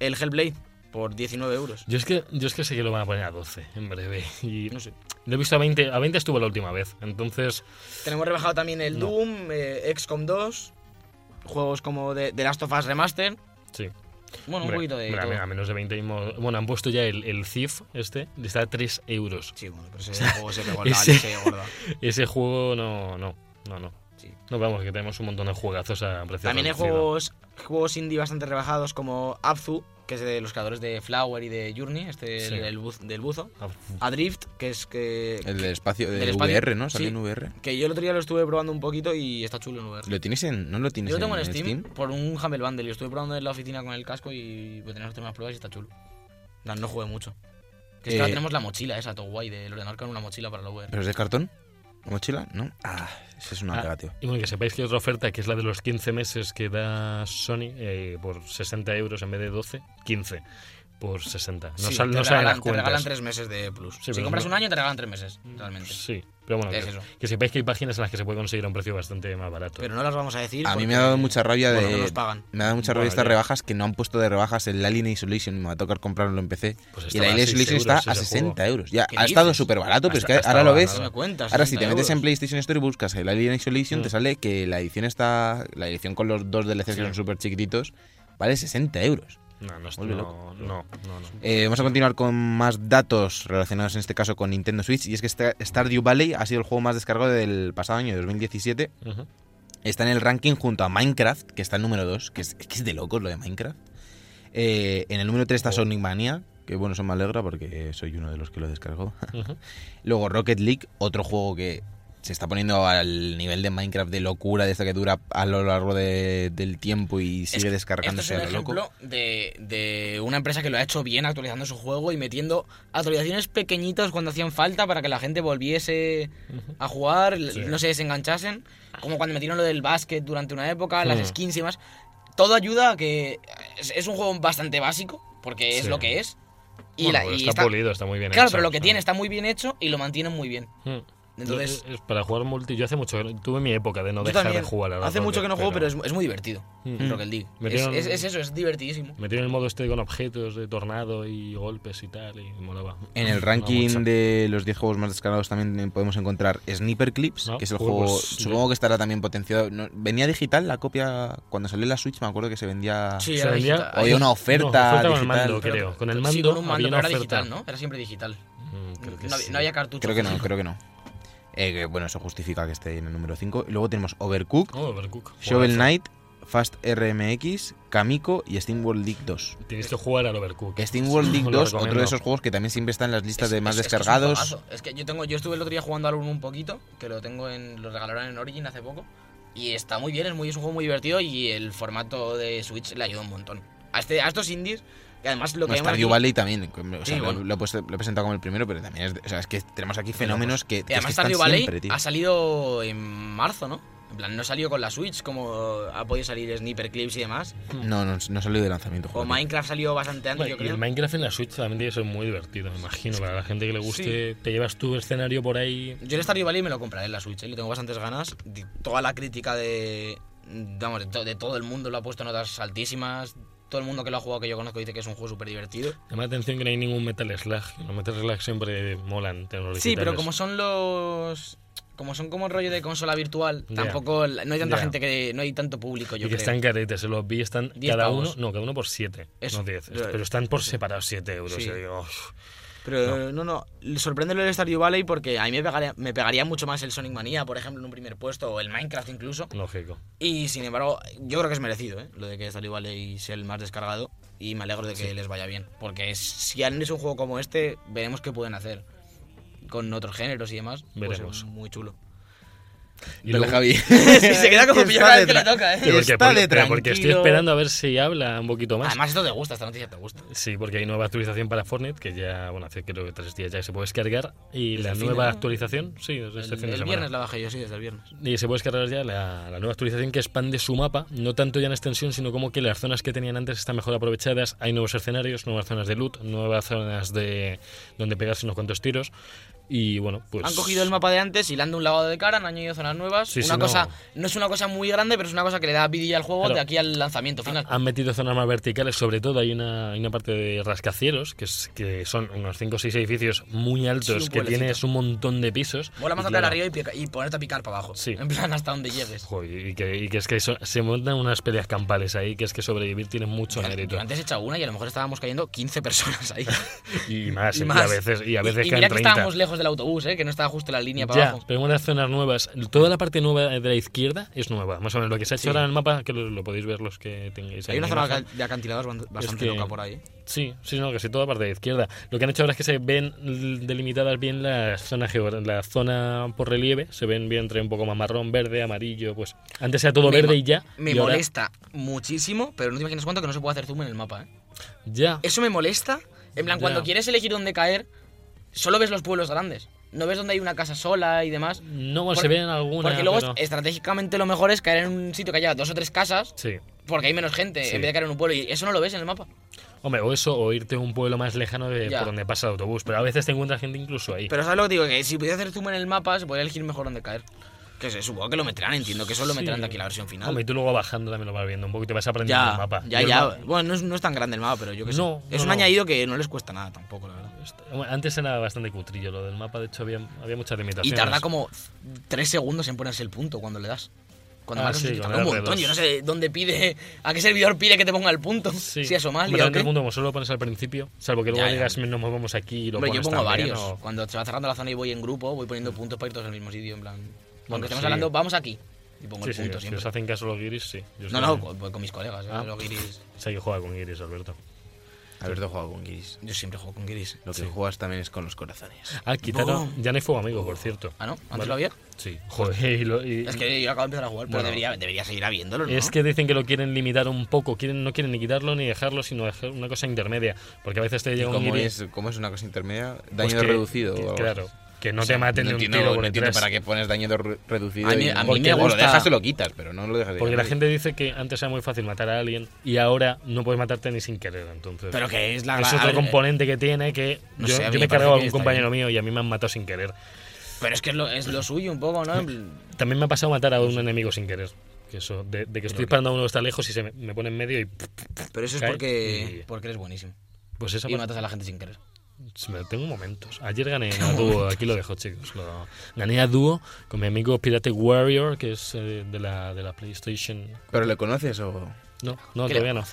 el Hellblade, por 19 euros. Yo es, que, yo es que sé que lo van a poner a 12 en breve. Y No sé. lo he visto a 20. A 20 estuvo la última vez. Entonces, Tenemos rebajado también el No. Doom, eh, XCOM 2, juegos como The, The Last of Us Remaster. sí. Bueno, Hombre, un poquito de. hombre, a todo. me- a, menos de 20. y mo- Bueno, han puesto ya el, el Thief este. y Está a 3 euros. Sí, bueno, pero ese *laughs* juego se pegó en la ese- leche gorda. Ese juego no, no, no, no. Sí. No, vamos, que tenemos un montón de juegazos a precio También hay reducido. juegos, juegos indie bastante rebajados como Abzu, que es de los creadores de Flower y de Journey, este Sí. del, buz- del buzo. Ah, Adrift, que es que, El del espacio, Del del espacio. VR, ¿no? Salió Sí. en VR. que yo el otro día lo estuve probando un poquito y está chulo en VR. ¿Lo tienes en, ¿No lo tienes Yo lo tengo en en Steam, por un Humble Bundle, lo estuve probando en la oficina con el casco y pues, tenemos temas pruebas y está chulo. No, no jugué mucho. Que es que Eh, ahora tenemos la mochila esa, todo guay, del ordenador con una mochila para la VR. ¿Pero es de cartón? ¿La mochila? No. Ah, eso es una Ah, caga, tío. Y bueno, que sepáis que hay otra oferta, que es la de los 15 meses que da Sony eh, por 60 euros en vez de 12, 15 por 60. No, Sí, sal- te no salen regalan- las Te regalan cuentas. tres meses de plus. si pero compras no- un año, te regalan tres meses, realmente. Sí, pero bueno, Es que, eso. que sepáis que hay páginas en las que se puede conseguir a un precio bastante más barato. Pero no las vamos a decir. A mí me porque- ha dado mucha rabia bueno, de. no nos pagan. Me ha dado mucha rabia Bueno, estas ya. rebajas que no han puesto de rebajas el Alien Isolation y me va a tocar comprarlo en PC. Pues y estaba el a Alien 6 Isolation euros ese está a juego. 60 euros. Ya, ¿Qué ha estado dices? súper barato, pero es Ha que esta- ahora estaba lo ves. barato. No me cuentas. Ahora, si 60 te metes en euros. PlayStation Store y buscas el Alien Isolation, Mm. te sale que la edición está. La edición con los dos DLCs que son súper chiquititos vale 60 euros. No, no, es- Vuelve no, loco. no, no, no. Eh, vamos a continuar con más datos relacionados en este caso con Nintendo Switch. Y es que esta- Stardew Valley ha sido el juego más descargado del pasado año, 2017. Ujú. Está en el ranking junto a Minecraft, que está en número 2, que es, es que es de locos lo de Minecraft. Eh, en el número 3 está Oh. Sonic Mania, que bueno, eso me alegra porque soy uno de los que lo descargó. Ujú. *laughs* Luego Rocket League, otro juego que se está poniendo al nivel de Minecraft de locura, de esta que dura a lo largo de- del tiempo y Es sigue que esto descargándose es a un lo loco. ejemplo de, de una empresa que lo ha hecho bien actualizando su juego y metiendo actualizaciones pequeñitas cuando hacían falta para que la gente volviese a jugar, l- Sí. no se desenganchasen. Como cuando metieron lo del básquet durante una época, Hmm. Mm. las skins y más. Todo ayuda a que. Es, es un juego bastante básico, porque es Sí. lo que es. Y, Bueno, la- pero y está, pulido, está muy bien Claro, hecho, pero lo que o sea. tiene está muy bien hecho y lo mantienen muy bien. Mm. Entonces. Es- es para jugar multi, yo hace mucho, que no- tuve mi época de no yo dejar también. de jugar. a la Hace mucho Rocket, que no juego, pero es, es muy divertido. Mm. Creo que el League. Es, Metieron- es- es eso, es divertidísimo. Metieron el modo este con objetos de tornado y golpes y tal, y molaba. En el Molaba ranking mucho. de los 10 juegos más descargados también podemos encontrar Sniper Clips, No, que es el juegos, juego, sí. supongo que estará también potenciado. No, venía digital la copia, cuando salió la Switch me acuerdo que se vendía... Sí, Se era vendía- digital. Había una No, oferta, oferta con el digital. mando, Pero- creo. Con el sí, mando, con un mando, había pero una era oferta. digital, ¿no? Era siempre digital. Mm, creo que no, había- sí. no había cartucho. Creo que no, físico. creo que no. Eh, que, bueno, eso justifica que esté en el número 5. Luego tenemos Overcook, Oh, Overcooked. Shovel Juegazo. Knight, Fast RMX, Kamiko y Steam World League 2. Tenéis que jugar al Overcooked. Steam World League Os 2, lo otro recomiendo. de esos juegos que también siempre está en las listas Es- de más es- es que es un descargados. juegazo. Es que yo tengo, yo estuve el otro día jugando al uno un poquito, que lo tengo en, lo regalaron en Origin hace poco. Y está muy bien, es muy, es un juego muy divertido y el formato de Switch le ayuda un montón. A, este, a estos indies, que además lo que No, llaman Stardew aquí- Valley también. o sea, Sí, lo- bueno. lo, he puesto- lo he presentado como el primero, pero también es. de- o sea, es que tenemos aquí fenómenos Y que, que es que además están Stardew Valley siempre, tío. ha salido en marzo, ¿no? En plan, no salió con la Switch como ha podido salir Sniper Clips y demás. No, no, no salió de lanzamiento. O joder. Minecraft salió bastante antes, Bueno, yo y creo. el Minecraft en la Switch también tiene que ser muy divertido, me imagino. Para la gente que le guste, te llevas tu escenario por ahí. Yo el Stardew Valley me lo compraré en la Switch, ¿eh? le tengo bastantes ganas. Di- Toda la crítica de, vamos, de, to- de todo el mundo lo ha puesto en notas altísimas. Todo el mundo que lo ha jugado que yo conozco dice que es un juego súper divertido. Llama la atención que no hay ningún Metal Slug. Los Metal Slug siempre molan. tener los Sí, pero digitales. como son los... Como son como rollo de consola virtual, Ya. tampoco... la- No hay tanta Ya. gente que... No hay tanto público, yo y que creo. están caretes, eh, los vi están Diez cada uno, pavos. no, cada uno por 7, Eso. no 10, Yo- pero están por separado 7 euros. Sí. y digo, "Uf". Pero eh, no, no, le sorprende lo del Stardew Valley porque a mí me pegaría, me pegaría mucho más el Sonic Mania, por ejemplo, en un primer puesto, o el Minecraft incluso. lógico. Y sin embargo, yo creo que es merecido, ¿eh? Lo de que Stardew Valley sea el más descargado. Y me alegro de que les vaya bien. Porque si han hecho un juego como este, veremos qué pueden hacer. Con otros géneros y demás. Puede ser Veremos. muy chulo. Y Dale, luego- *laughs* Javi. se queda como *laughs* Está pillado cada vez de que le tra- toca, ¿eh? Pero porque, Está de porque- pero porque estoy tranquilo. esperando a ver si habla un poquito más. Además, esto te gusta, esta noticia te gusta. Sí, porque hay nueva actualización para Fortnite, que ya, bueno, hace creo que tres días ya se puede descargar. Y Desde la el fin nueva de- actualización, sí, desde este el fin de el semana. viernes la bajé yo, sí, desde el viernes. Y se puede descargar ya la, la nueva actualización que expande su mapa, no tanto ya en extensión, sino como que las zonas que tenían antes están mejor aprovechadas, hay nuevos escenarios, nuevas zonas de loot, nuevas zonas de donde pegarse unos cuantos tiros. Y bueno, pues... Han cogido el mapa de antes y le han dado un lavado de cara, han añadido zonas nuevas. Sí, sí, una no. cosa, no. es una cosa muy grande, pero es una cosa que le da vidilla al juego Claro. Ah, de aquí al lanzamiento final. Han metido zonas más verticales, sobre todo hay una, hay una parte de rascacielos, que, es, que son unos 5 o 6 edificios muy altos, que pueblecito. tienes un montón de pisos. Mola más Y tocar claro, arriba y, pica- y ponerte a picar para abajo. Sí. En plan, hasta donde llegues. jo, y, y que, y que es que son- se montan unas peleas campales ahí, que es que sobrevivir tiene mucho Yo- mérito. Yo antes he echado una y a lo mejor estábamos cayendo 15 personas *laughs* ahí. Y más, Y y, más. a veces, y a veces y caen mira que 30. estábamos lejos del autobús, ¿eh? que no estaba justo la línea para Ya, abajo. pero unas zonas nuevas. Toda la parte nueva de la izquierda es nueva. Más o menos lo que se ha hecho Sí. ahora en el mapa, que lo, lo podéis ver los que tengáis ahí Hay en una zona imagen. aca- de acantilados ban- bastante que- loca por ahí. ¿eh? Sí, sí, no, casi toda parte de izquierda. Lo que han hecho ahora es que se ven l- delimitadas bien la zona, geogra- la zona por relieve. Se ven bien entre un poco más marrón, verde, amarillo. Pues antes era todo Me verde mo- y ya. Me y ahora- molesta muchísimo, pero no te imaginas cuánto que no se puede hacer zoom en el mapa. ¿eh? Ya. Eso me molesta. En plan, Ya. cuando quieres elegir dónde caer, solo ves los pueblos grandes. No ves dónde hay una casa sola y demás. No, bueno, Por- se ven algunas. Porque luego pero- estratégicamente lo mejor es caer en un sitio que haya dos o tres casas Sí. porque hay menos gente Sí. en vez de caer en un pueblo. Y eso no lo ves en el mapa. Hombre, o eso, o irte a un pueblo más lejano de Ya. por donde pasa el autobús. Pero a veces te encuentras gente incluso ahí. Pero ¿sabes lo que digo? Que si pudiera hacer zoom en el mapa, se podría elegir mejor dónde caer. Que se, supongo que lo meterán, entiendo que eso lo Sí. meterán de aquí a la versión final. Hombre, y tú luego bajando también lo vas viendo un poco y te vas aprendiendo ya, el mapa. ya, Yo el ya. mapa- Bueno, no es, no es tan grande el mapa, pero yo que sé. No, es no, un no. añadido que no les cuesta nada tampoco, la verdad. Este- bueno, Antes era bastante cutrillo lo del mapa, de hecho había, había muchas Y limitaciones. tarda como tres segundos en ponerse el punto cuando le das. Cuando Ah, marcas sí, el- con tarda un el R2. montón, yo no sé dónde pide, a qué servidor pide que te ponga el punto. Sí, Si a Somalia Hombre, o qué. el mundo como solo lo pones al principio, salvo que Ya, luego ya. digas, nos movemos aquí y lo Hombre, yo pones pongo también", varios. o- Cuando se va cerrando la zona y voy en grupo, voy poniendo puntos para ir todos al mismo sitio, en plan. Aunque estemos sí. hablando, vamos aquí. Y pongo Sí, el sí, punto si siempre. os hacen caso los guiris, sí. Yo No, sé- no, con, con mis colegas. ¿eh? Ah. Los guiris- Sé que juega con guiris, Alberto. Alberto juega con Guiris. Yo siempre juego con guiris. Lo que juegas también es con los corazones. Ah, quitaron. Bo. Ya no hay fuego amigo, por cierto. Ah, ¿no? ¿Antes Vale. lo había? Sí. Joder, *laughs* y lo- y- *laughs* Es que yo acabo de empezar a jugar, pero Bueno. debería, debería seguir habiéndolo, ¿no? Es que dicen que lo quieren limitar un poco, quieren, no quieren ni quitarlo ni dejarlo, sino dejar una cosa intermedia. Porque a veces te llega un Como guiri. es, como es una cosa intermedia, daño pues que- reducido. que- o algo claro. así. Que no O sea, te maten no de un entiendo, tiro no por entiendo detrás. para qué pones daño de re- reducido. A mí- y- a mí porque me Lo gusta- dejas, se lo quitas, pero no lo dejas de Porque la llamar. gente dice que antes era muy fácil matar a alguien y ahora no puedes matarte ni sin querer, entonces. Pero que es la es a otro ver, componente que tiene que no yo, sé, a yo mí me me he cargado a parece que un está compañero mío y a mí me han matado sin querer. Pero es que es lo, es lo suyo un poco, ¿no? En plan- También me ha pasado matar a un enemigo sin querer. Que eso, de, de que estoy disparando a uno que está lejos y se me, me pone en medio y Pero eso es Cae porque, y- porque eres buenísimo. pues esa Y parte- matas a la gente sin querer. Sí, pero Tengo momentos. Ayer gané a dúo, aquí lo dejo, chicos. lo- gané a dúo con mi amigo Pirate Warrior, que es eh, de, la, de la PlayStation. ¿Pero le conoces o...? No, no, ¿Qué le todavía no.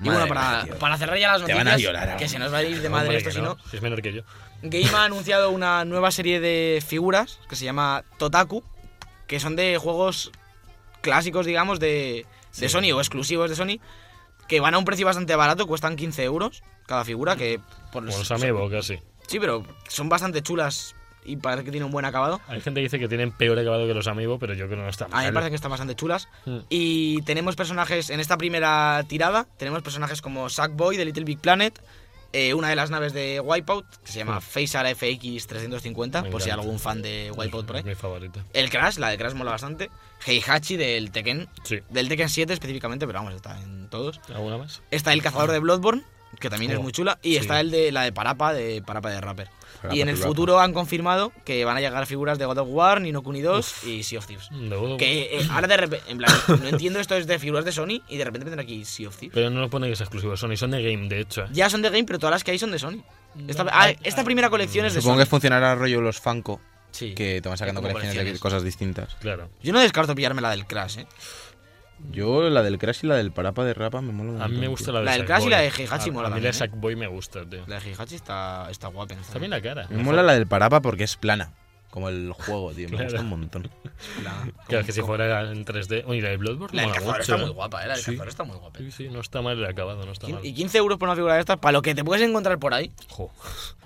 Y Madre bueno, para, mía, tío. para cerrar ya las Te noticias, van a violar ahora. que se nos va a ir de Hombre, madre esto, que si no. Pues no, Es menor que yo. Game ha anunciado una nueva serie de figuras que se llama Totaku, que son de juegos clásicos, digamos, de, de Sony o exclusivos de Sony, que van a un precio bastante barato, cuestan 15 euros cada figura, que por Como los amebo, casi. Sí, pero son bastante chulas y parece que tienen un buen acabado. Hay gente que dice que tienen peor acabado que los amigos, pero yo creo que no está A mí me mal. parece que están bastante chulas. Mm. Y tenemos personajes, en esta primera tirada, tenemos personajes como Sackboy de Little Big Planet, eh, una de las naves de Wipeout, que se llama Phaser FX350, Mm. Me por si hay encanta. algún fan de Wipeout por ahí. Es mi favorita. El Crash, la de Crash mola bastante. Heihachi del Tekken, Sí. del Tekken 7 específicamente, pero vamos, está en todos. ¿Alguna más? Está el cazador de Bloodborne, que también es Oh, muy chula. Y sí. está el de la de Parapa, de Parapa de Rapper. Parappa y en the el Rapper. futuro han confirmado que van a llegar figuras de God of War, Nino Kuni 2 y Sea of Thieves. No. Que eh, ahora de repente, en plan, no entiendo esto es de figuras de Sony y de repente meten aquí Sea of Thieves. Pero no lo ponen que es exclusivo de Sony, son de Game, de hecho. ¿eh? Ya son de Game, pero todas las que hay son de Sony. Esta, No, ah, hay- esta hay- primera colección es de Supongo Sony. que funcionará rollo los Funko, Sí. que te van sacando Como colecciones de colecciones. cosas distintas. Claro. Yo no descarto pillarme la del Crash, ¿eh? Yo la del Crash y la del Parapa de Rapa me mola un A mí me montón, gusta tío. la de La del Sackboy. Crash y la de Heihachi A- A mola mí la también, de ¿eh? Sackboy me gusta, tío. La de Heihachi está, está guapa. en esta. También la cara. Me mola la del Parapa porque es plana, como el juego, tío. Me Claro. gusta *laughs* un montón. La- Claro, que si fuera en 3D. Oye, la de Bloodborne. La del mola cazador mucho, está muy ¿eh? guapa, ¿eh? La del Sí. cazador está muy guapa. Sí, sí, no está mal el acabado, no está mal. Y 15 euros por una figura de estas, para lo que te puedes encontrar por ahí. Jo.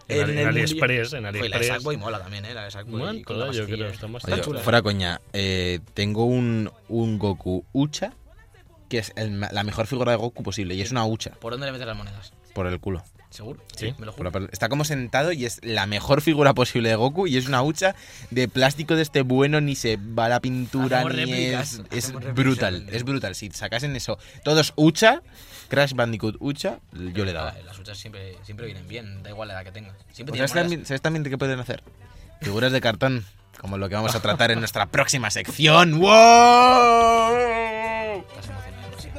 En En, Ali- el AliExpress, en Joder, la de AliExpress. Sackboy mola también, ¿eh? La de Sackboy. Molan con la todas, yo pastilla. creo, están bastante Está Oye, chula. fuera coña, eh, tengo un, un Goku Ucha, que es el ma- la mejor figura de Goku posible, y es una Ucha, ¿Por dónde le metes las monedas? por el culo. ¿Seguro? Sí. Me lo Por juro. la per- Está como sentado y es la mejor figura posible de Goku, y es una Ucha de plástico de este bueno, ni se va la pintura, Hacemos ni réplicas, es... hacemos Es réplicas, brutal, entendemos. es brutal. Si sacasen eso, todos Ucha, Crash Bandicoot Ucha, yo le daba. Ah, Las huchas siempre, siempre vienen bien, da igual la edad que tengas. Siempre Pues tienes ¿Sabes también, ¿Sabes también de qué pueden hacer? Figuras de cartón, como lo que vamos a tratar en nuestra próxima sección. ¡Wow! Estás emocionado, no sé.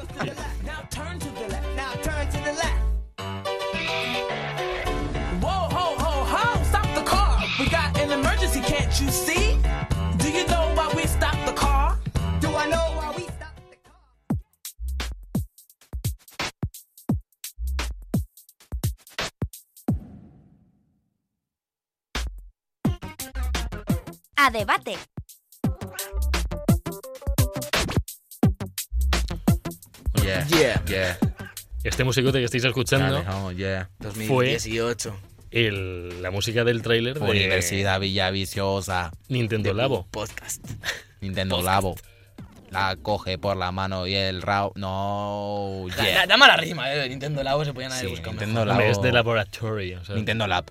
Now turn to the left. Now turn to the left. Whoa, ho, ho, ho! Stop the car. We got an emergency. Can't you see? Do you know why we stopped the car? Do I know why we stopped the car? A debate. Yeah, Yeah. yeah. Este musicote que estáis escuchando Dale, vamos, yeah. 2018. el- la música del tráiler de Universidad Villaviciosa, Nintendo Labo. Podcast. Nintendo Labo. La coge por la mano y el rao. No, Da, yeah. da- da mala rima, eh. Nintendo Labo se podían haber Sí, buscado Nintendo mejor. Labo. Hombre, Es de laboratorio. o sea, Nintendo Lab.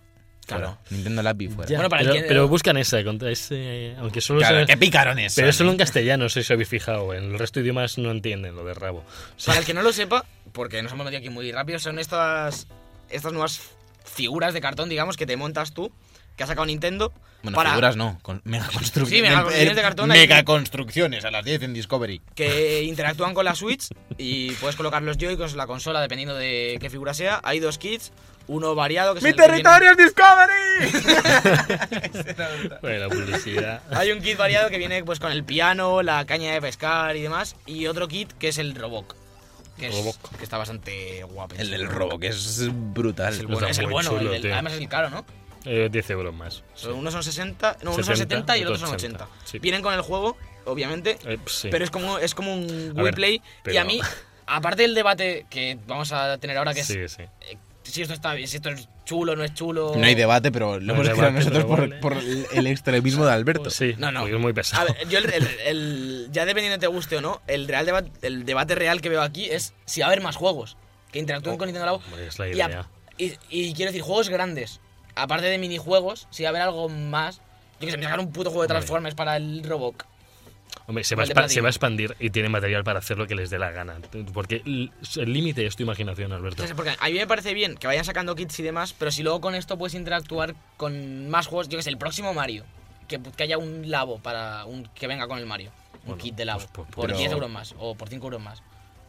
Claro. Fuera. Nintendo Lab y fuera. ya, Bueno, para el pero, que- pero buscan esa, contra ese, aunque solo Claro, sea- qué picarones. Pero es son. solo en castellano, no sé si os habéis fijado. En el resto de idiomas no entienden lo de rabo. O *laughs* sea, Para el que no lo sepa, porque nos hemos metido aquí muy rápido, son estas, estas nuevas figuras de cartón, digamos, que te montas tú, que ha sacado Nintendo. Bueno, para figuras no, con megaconstrucciones. Sí, megaconstrucciones de cartón hay- Megaconstrucciones a las 10 en Discovery. que interactúan con la Switch y puedes colocar los Joy-Cons en la consola dependiendo de qué figura sea. Hay dos kits, uno variado que es el que tiene- es Discovery! bueno, la publicidad. Hay un kit variado que viene pues con el piano, la caña de pescar y demás, y otro kit que es el Roboc. Que, es- Roboc. que está bastante guapo. El del robo, que es brutal. Es el Está bueno, es el muy bueno, chulo, el del- tío. además es el caro, ¿no? Eh, 10 euros más. Pero Unos son 60, no, unos son 70 y el otro son 80. 80, sí. Vienen con el juego, obviamente, Eh, pues sí. pero es como, es como un A ver, Wii Y pero- a mí, aparte del debate que vamos a tener ahora, que es Sí, sí. eh, si esto está bien, si esto es chulo, no es chulo. No hay debate, pero lo No hay hemos creado debate, nosotros pero por, vale. por el el extremismo de Alberto. Sí, No, no. porque es muy A pesado. ver, yo el, el- el- ya dependiendo de te guste o no, el real debate, el debate real que veo aquí es si va a haber más juegos que interactúen con Nintendo Labo. Oh, Hombre, es la Y a- idea. Y, y quiero decir, juegos grandes. Aparte de minijuegos, si va a haber algo más. Yo que sé, me sacaron un puto juego de Hombre. Transformers para el Roboc. *laughs* Hombre, se va, a Vale, expa- Platino. se va a expandir y tiene material para hacer lo que les dé la gana. Porque l- el límite es tu imaginación, Alberto. No sé, Porque a mí me parece bien que vayan sacando kits y demás, pero si luego con esto puedes interactuar con más juegos, yo que sé, el próximo Mario. Que, que haya un labo para un, que venga con el Mario. Un Bueno, kit de labo. pues, pues, por pero- 10 euros más o por 5 euros más.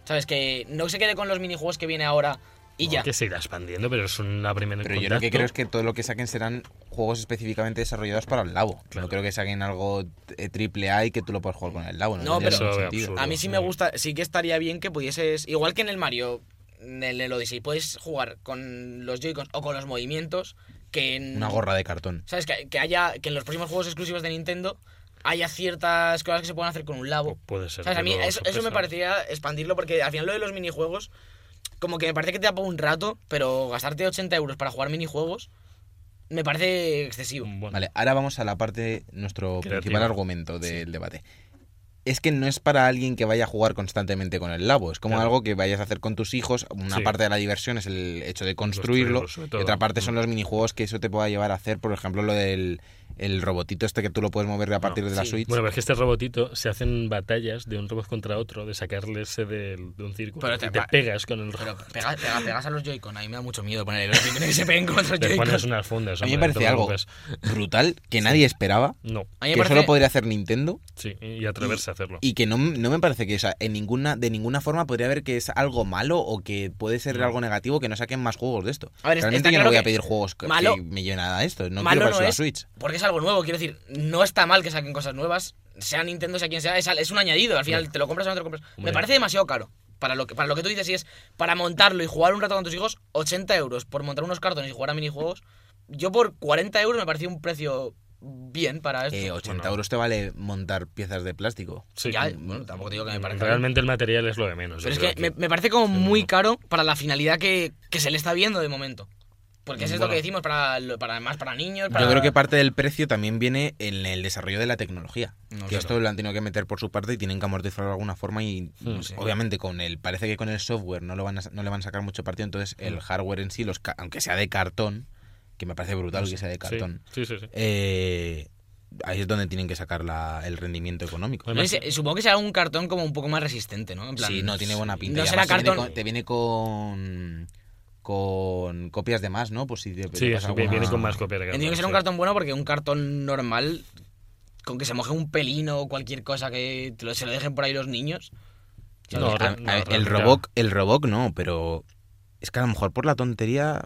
¿Sabes? Que no se quede con los minijuegos que viene ahora y ya. Que se irá expandiendo, pero es una primera Pero yo lo que creo es que todo lo que saquen serán juegos específicamente desarrollados para el Labo. Claro. No creo que saquen algo eh, triple A y que tú lo puedas jugar con el Labo. No, No, pero- tendría ningún Eso es sentido. absurdo. A mí sí me gusta, sí que estaría bien que pudieses, igual que en el Mario, en el, el Odyssey, puedes jugar con los Joy-Cons o con los movimientos que en, Una gorra de cartón. ¿Sabes? Que, que haya que en los próximos juegos exclusivos de Nintendo haya ciertas cosas que se puedan hacer con un labo. Pu- puede ser ¿Sabes? que A mí luego eso, eso me sorpresa. parecería expandirlo porque al final lo de los minijuegos como que me parece que te da por un rato, pero gastarte 80 euros para jugar minijuegos me parece excesivo. Bueno, Vale, ahora vamos a la parte, nuestro Creativa. principal argumento del debate. es que no es para alguien que vaya a jugar constantemente con el labo. Es como Claro. algo que vayas a hacer con tus hijos. Una Sí. parte de la diversión es el hecho de construirlo. Construirlo, sobre Y todo. otra parte son Mm. los minijuegos que eso te pueda llevar a hacer. Por ejemplo, lo del el robotito este que tú lo puedes mover a partir de la sí. Switch. Bueno, pero es que este robotito se hacen batallas de un robot contra otro, de sacarle ese del- de un círculo. Pero y te te, pa- pegas con el Pero *laughs* robot. pega- pega- pegas a los Joy-Con, a mí me da mucho miedo poner los Joy-Con que se peguen con otros Te pones Joy-Con. unas fundas. a mí me pues, hombre, no te parece algo preocupes. brutal *laughs* que nadie esperaba. No, A mí Que me parece- solo podría hacer Nintendo sí, y atreverse a hacerlo. y que no, no me parece que o sea, en ninguna, de ninguna forma podría ver que es algo malo o que puede ser algo negativo que no saquen más juegos de esto. A ver, es- Realmente está yo no claro voy a que pedir juegos que, malo- que me lleven a esto. No malo quiero no para la es. Switch. Porque es algo nuevo, quiero decir, no está mal que saquen cosas nuevas, sea Nintendo, sea quien sea, es, al- es un añadido, al final te lo compras o no te lo compras. Me Hombre. parece demasiado caro. Para lo, que, para lo que tú dices, si es para montarlo y jugar un rato con tus hijos, 80 euros por montar unos cartones y jugar a minijuegos. Yo por 40 euros me parecía un precio bien para esto. Eh, 80 Bueno. euros te vale montar piezas de plástico. Sí. Ya, bueno, tampoco te digo que me parezca bien. Realmente el material es lo de menos. yo Pero es creo que me, aquí. me parece como Pero muy no. caro para la finalidad que, que se le está viendo de momento. Porque es esto Bueno. que decimos para, lo- para más para niños. Para... Yo creo que parte del precio también viene en el desarrollo de la tecnología. No, que claro. esto lo han tenido que meter por su parte y tienen que amortizarlo de alguna forma. Y Mm, pues, sí. obviamente con el parece que con el software no, lo van a, no le van a sacar mucho partido. Entonces Mm. el hardware en sí, los, ca- aunque sea de cartón, que me parece brutal que sea de cartón, Sí, sí, sí. sí. eh, ahí es donde tienen que sacar la- el rendimiento económico. No sé, eh, supongo que será un cartón como un poco más resistente, ¿no? En plan, Sí, no tiene buena pinta. No Y será además te viene cartón. con- Te viene con, con copias de más, ¿no? Pues si Sí, te, te es pasa que viene alguna- con más copia de Entiendo que será un cartón, cartón bueno porque un cartón normal, con que se moje un pelino o cualquier cosa que te lo- se lo dejen por ahí los niños. sí. No, A- re- a- no, el realmente- Roboc, el Roboc no, pero es que a lo mejor por la tontería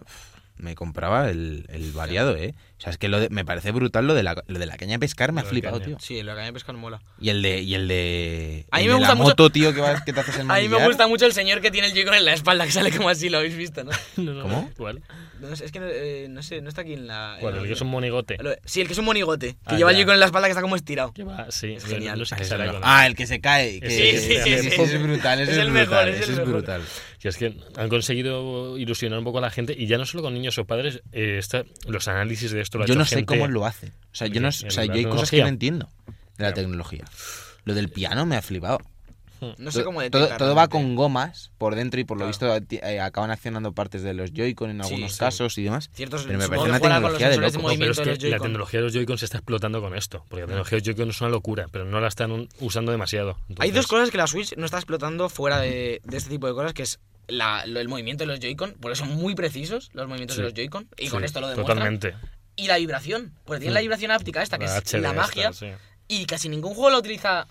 me compraba el, el variado, ¿eh? O sea, es que lo de- me parece brutal lo de la, lo de la caña de pescar, me ha Lo de flipado, caña. tío. Sí, la caña de pescar mola. Y el de y el de A mí el me de gusta la mucho- moto, tío, que, vas- que te haces el *laughs* A mí me manillar. gusta mucho el señor que tiene el Joy-Con en la espalda, que sale como así, lo habéis visto, ¿no? No, no, ¿Cómo? ¿Cuál? *laughs* No sé, es que no, eh, no sé, no está aquí en la... en ¿Cuál? la- El que es un monigote. Lo- Sí, el que es un monigote, que Ah, lleva el ya. Joy-Con en la espalda que está como estirado. Que va, sí. Es no- no genial. sé Ah, qué ese será no. con la- Ah, el que se cae. que- Sí, sí, sí, ese sí. es brutal, ese Es es, el brutal, mejor, es ese el es mejor. brutal. Y es que han conseguido ilusionar un poco a la gente, y ya no solo con niños o padres, eh, está- los análisis de esto lo ha Yo hecho no sé gente- cómo lo hacen. O sea, yo no, Bien, sé- o sea, el- yo la hay cosas que tecnología. no entiendo de la Claro. tecnología. Lo del piano me ha flipado. No sé To- cómo todo, detectar. todo va realmente. con gomas por dentro y por Claro. lo visto ti- eh, acaban accionando partes de los Joy-Con en Sí, algunos sí. casos y demás. Ciertos- pero me supongo que parece una jugará con los tecnología de sensores de locos. No, pero es movimiento de que los la Joy-Con. tecnología de los Joy-Con se está explotando con esto, porque la tecnología de los Joy-Con es una locura, pero no la están un- usando demasiado. Hay dos Entonces, cosas que la Switch no está explotando fuera de, de este tipo de cosas, que es la- lo- el movimiento de los Joy-Con, porque son muy precisos los movimientos Sí. de los Joy-Con, y con sí, esto lo demuestran. Totalmente. Y la vibración, porque tiene la Mm. vibración áptica esta, que La es HD la esta, magia, sí. y casi ningún juego la utiliza...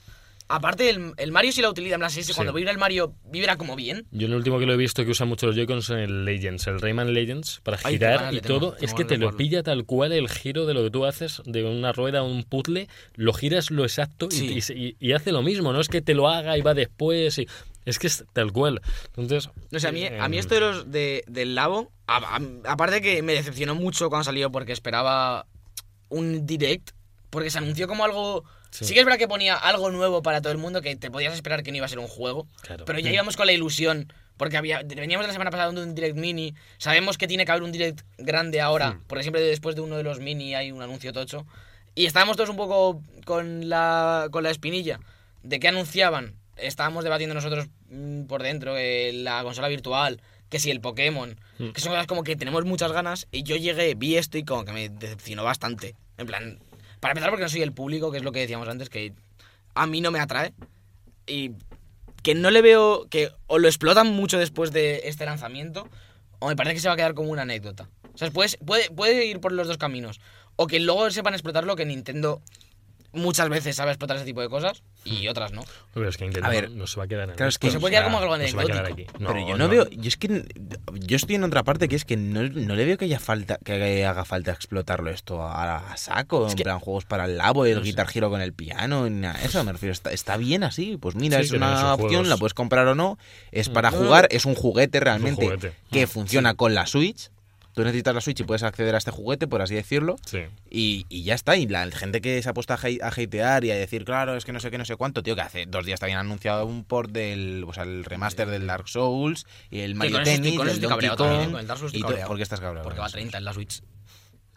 Aparte, el, el Mario sí la utiliza, en plan, sí, sí, Sí. cuando vibra el Mario, vibra como bien. Yo el último que lo he visto que usa mucho los Joy-Cons en el Legends, el Rayman Legends, para Ay, qué girar ganas y le tengo, todo, tengo es que ganas te de lo jugarlo. pilla tal cual el giro de lo que tú haces de una rueda o un puzzle, lo giras lo exacto y- Sí. y, se- y- y hace lo mismo, no es que te lo haga y va después, y- es que es tal cual. Entonces, No sé, a mí, a mí em, esto de los, de- del Labo, a- a- aparte que me decepcionó mucho cuando salió porque esperaba un direct, porque se anunció como algo... Sí. Sí. que es verdad que ponía algo nuevo para todo el mundo que te podías esperar que no iba a ser un juego, Claro. pero ya íbamos con la ilusión, porque había, veníamos de la semana pasada de un direct mini, sabemos que tiene que haber un direct grande ahora, porque siempre después de uno de los mini hay un anuncio tocho, y estábamos todos un poco con la, con la espinilla de qué anunciaban. Estábamos debatiendo nosotros mm, por dentro eh, la consola virtual, que si el Pokémon, Mm. que son cosas como que tenemos muchas ganas. Y yo llegué, vi esto y como que me decepcionó bastante. En plan, para empezar, porque no soy el público, que es lo que decíamos antes, que a mí no me atrae. Y que no le veo que o lo explotan mucho después de este lanzamiento o me parece que se va a quedar como una anécdota. O sea, puedes- puede, puede ir por los dos caminos. O que luego sepan explotar lo que Nintendo muchas veces sabe explotar ese tipo de cosas Hmm. y otras no. Pero es que Nintendo A ver, no se va a quedar en claro, es esto, que se o puede quedar sea, como algo no se va a quedar anecdótico. aquí. No, pero yo no, veo, yo es que yo estoy en otra parte que es que no, no le veo que haya falta que haga falta explotarlo esto a, a saco, en plan juegos para el labo, el guitar giro con el piano, ni nada de eso, me refiero, está, está bien así, pues mira, Sí, es que tiene sus una opción, juegos. Mm. la puedes comprar o no, es para jugar, es un juguete realmente juguete. Mm, que funciona con la Switch. Tú necesitas la Switch y puedes acceder a este juguete, por así decirlo. Sí. Y, y ya está, y la gente que se ha puesto a, hate- a hatear y a decir, claro, es que no sé qué, no sé cuánto, tío, que hace dos días también han anunciado un port del, o sea, el remaster del Dark Souls y el Mario con eso estoy- Tennis, con eso el este estoy Donkey cabreado también, ¿eh? Kong Con el Dark Souls y estoy todo. cabreado. ¿Por qué estás cabreado? Porque va a 30 en la Switch.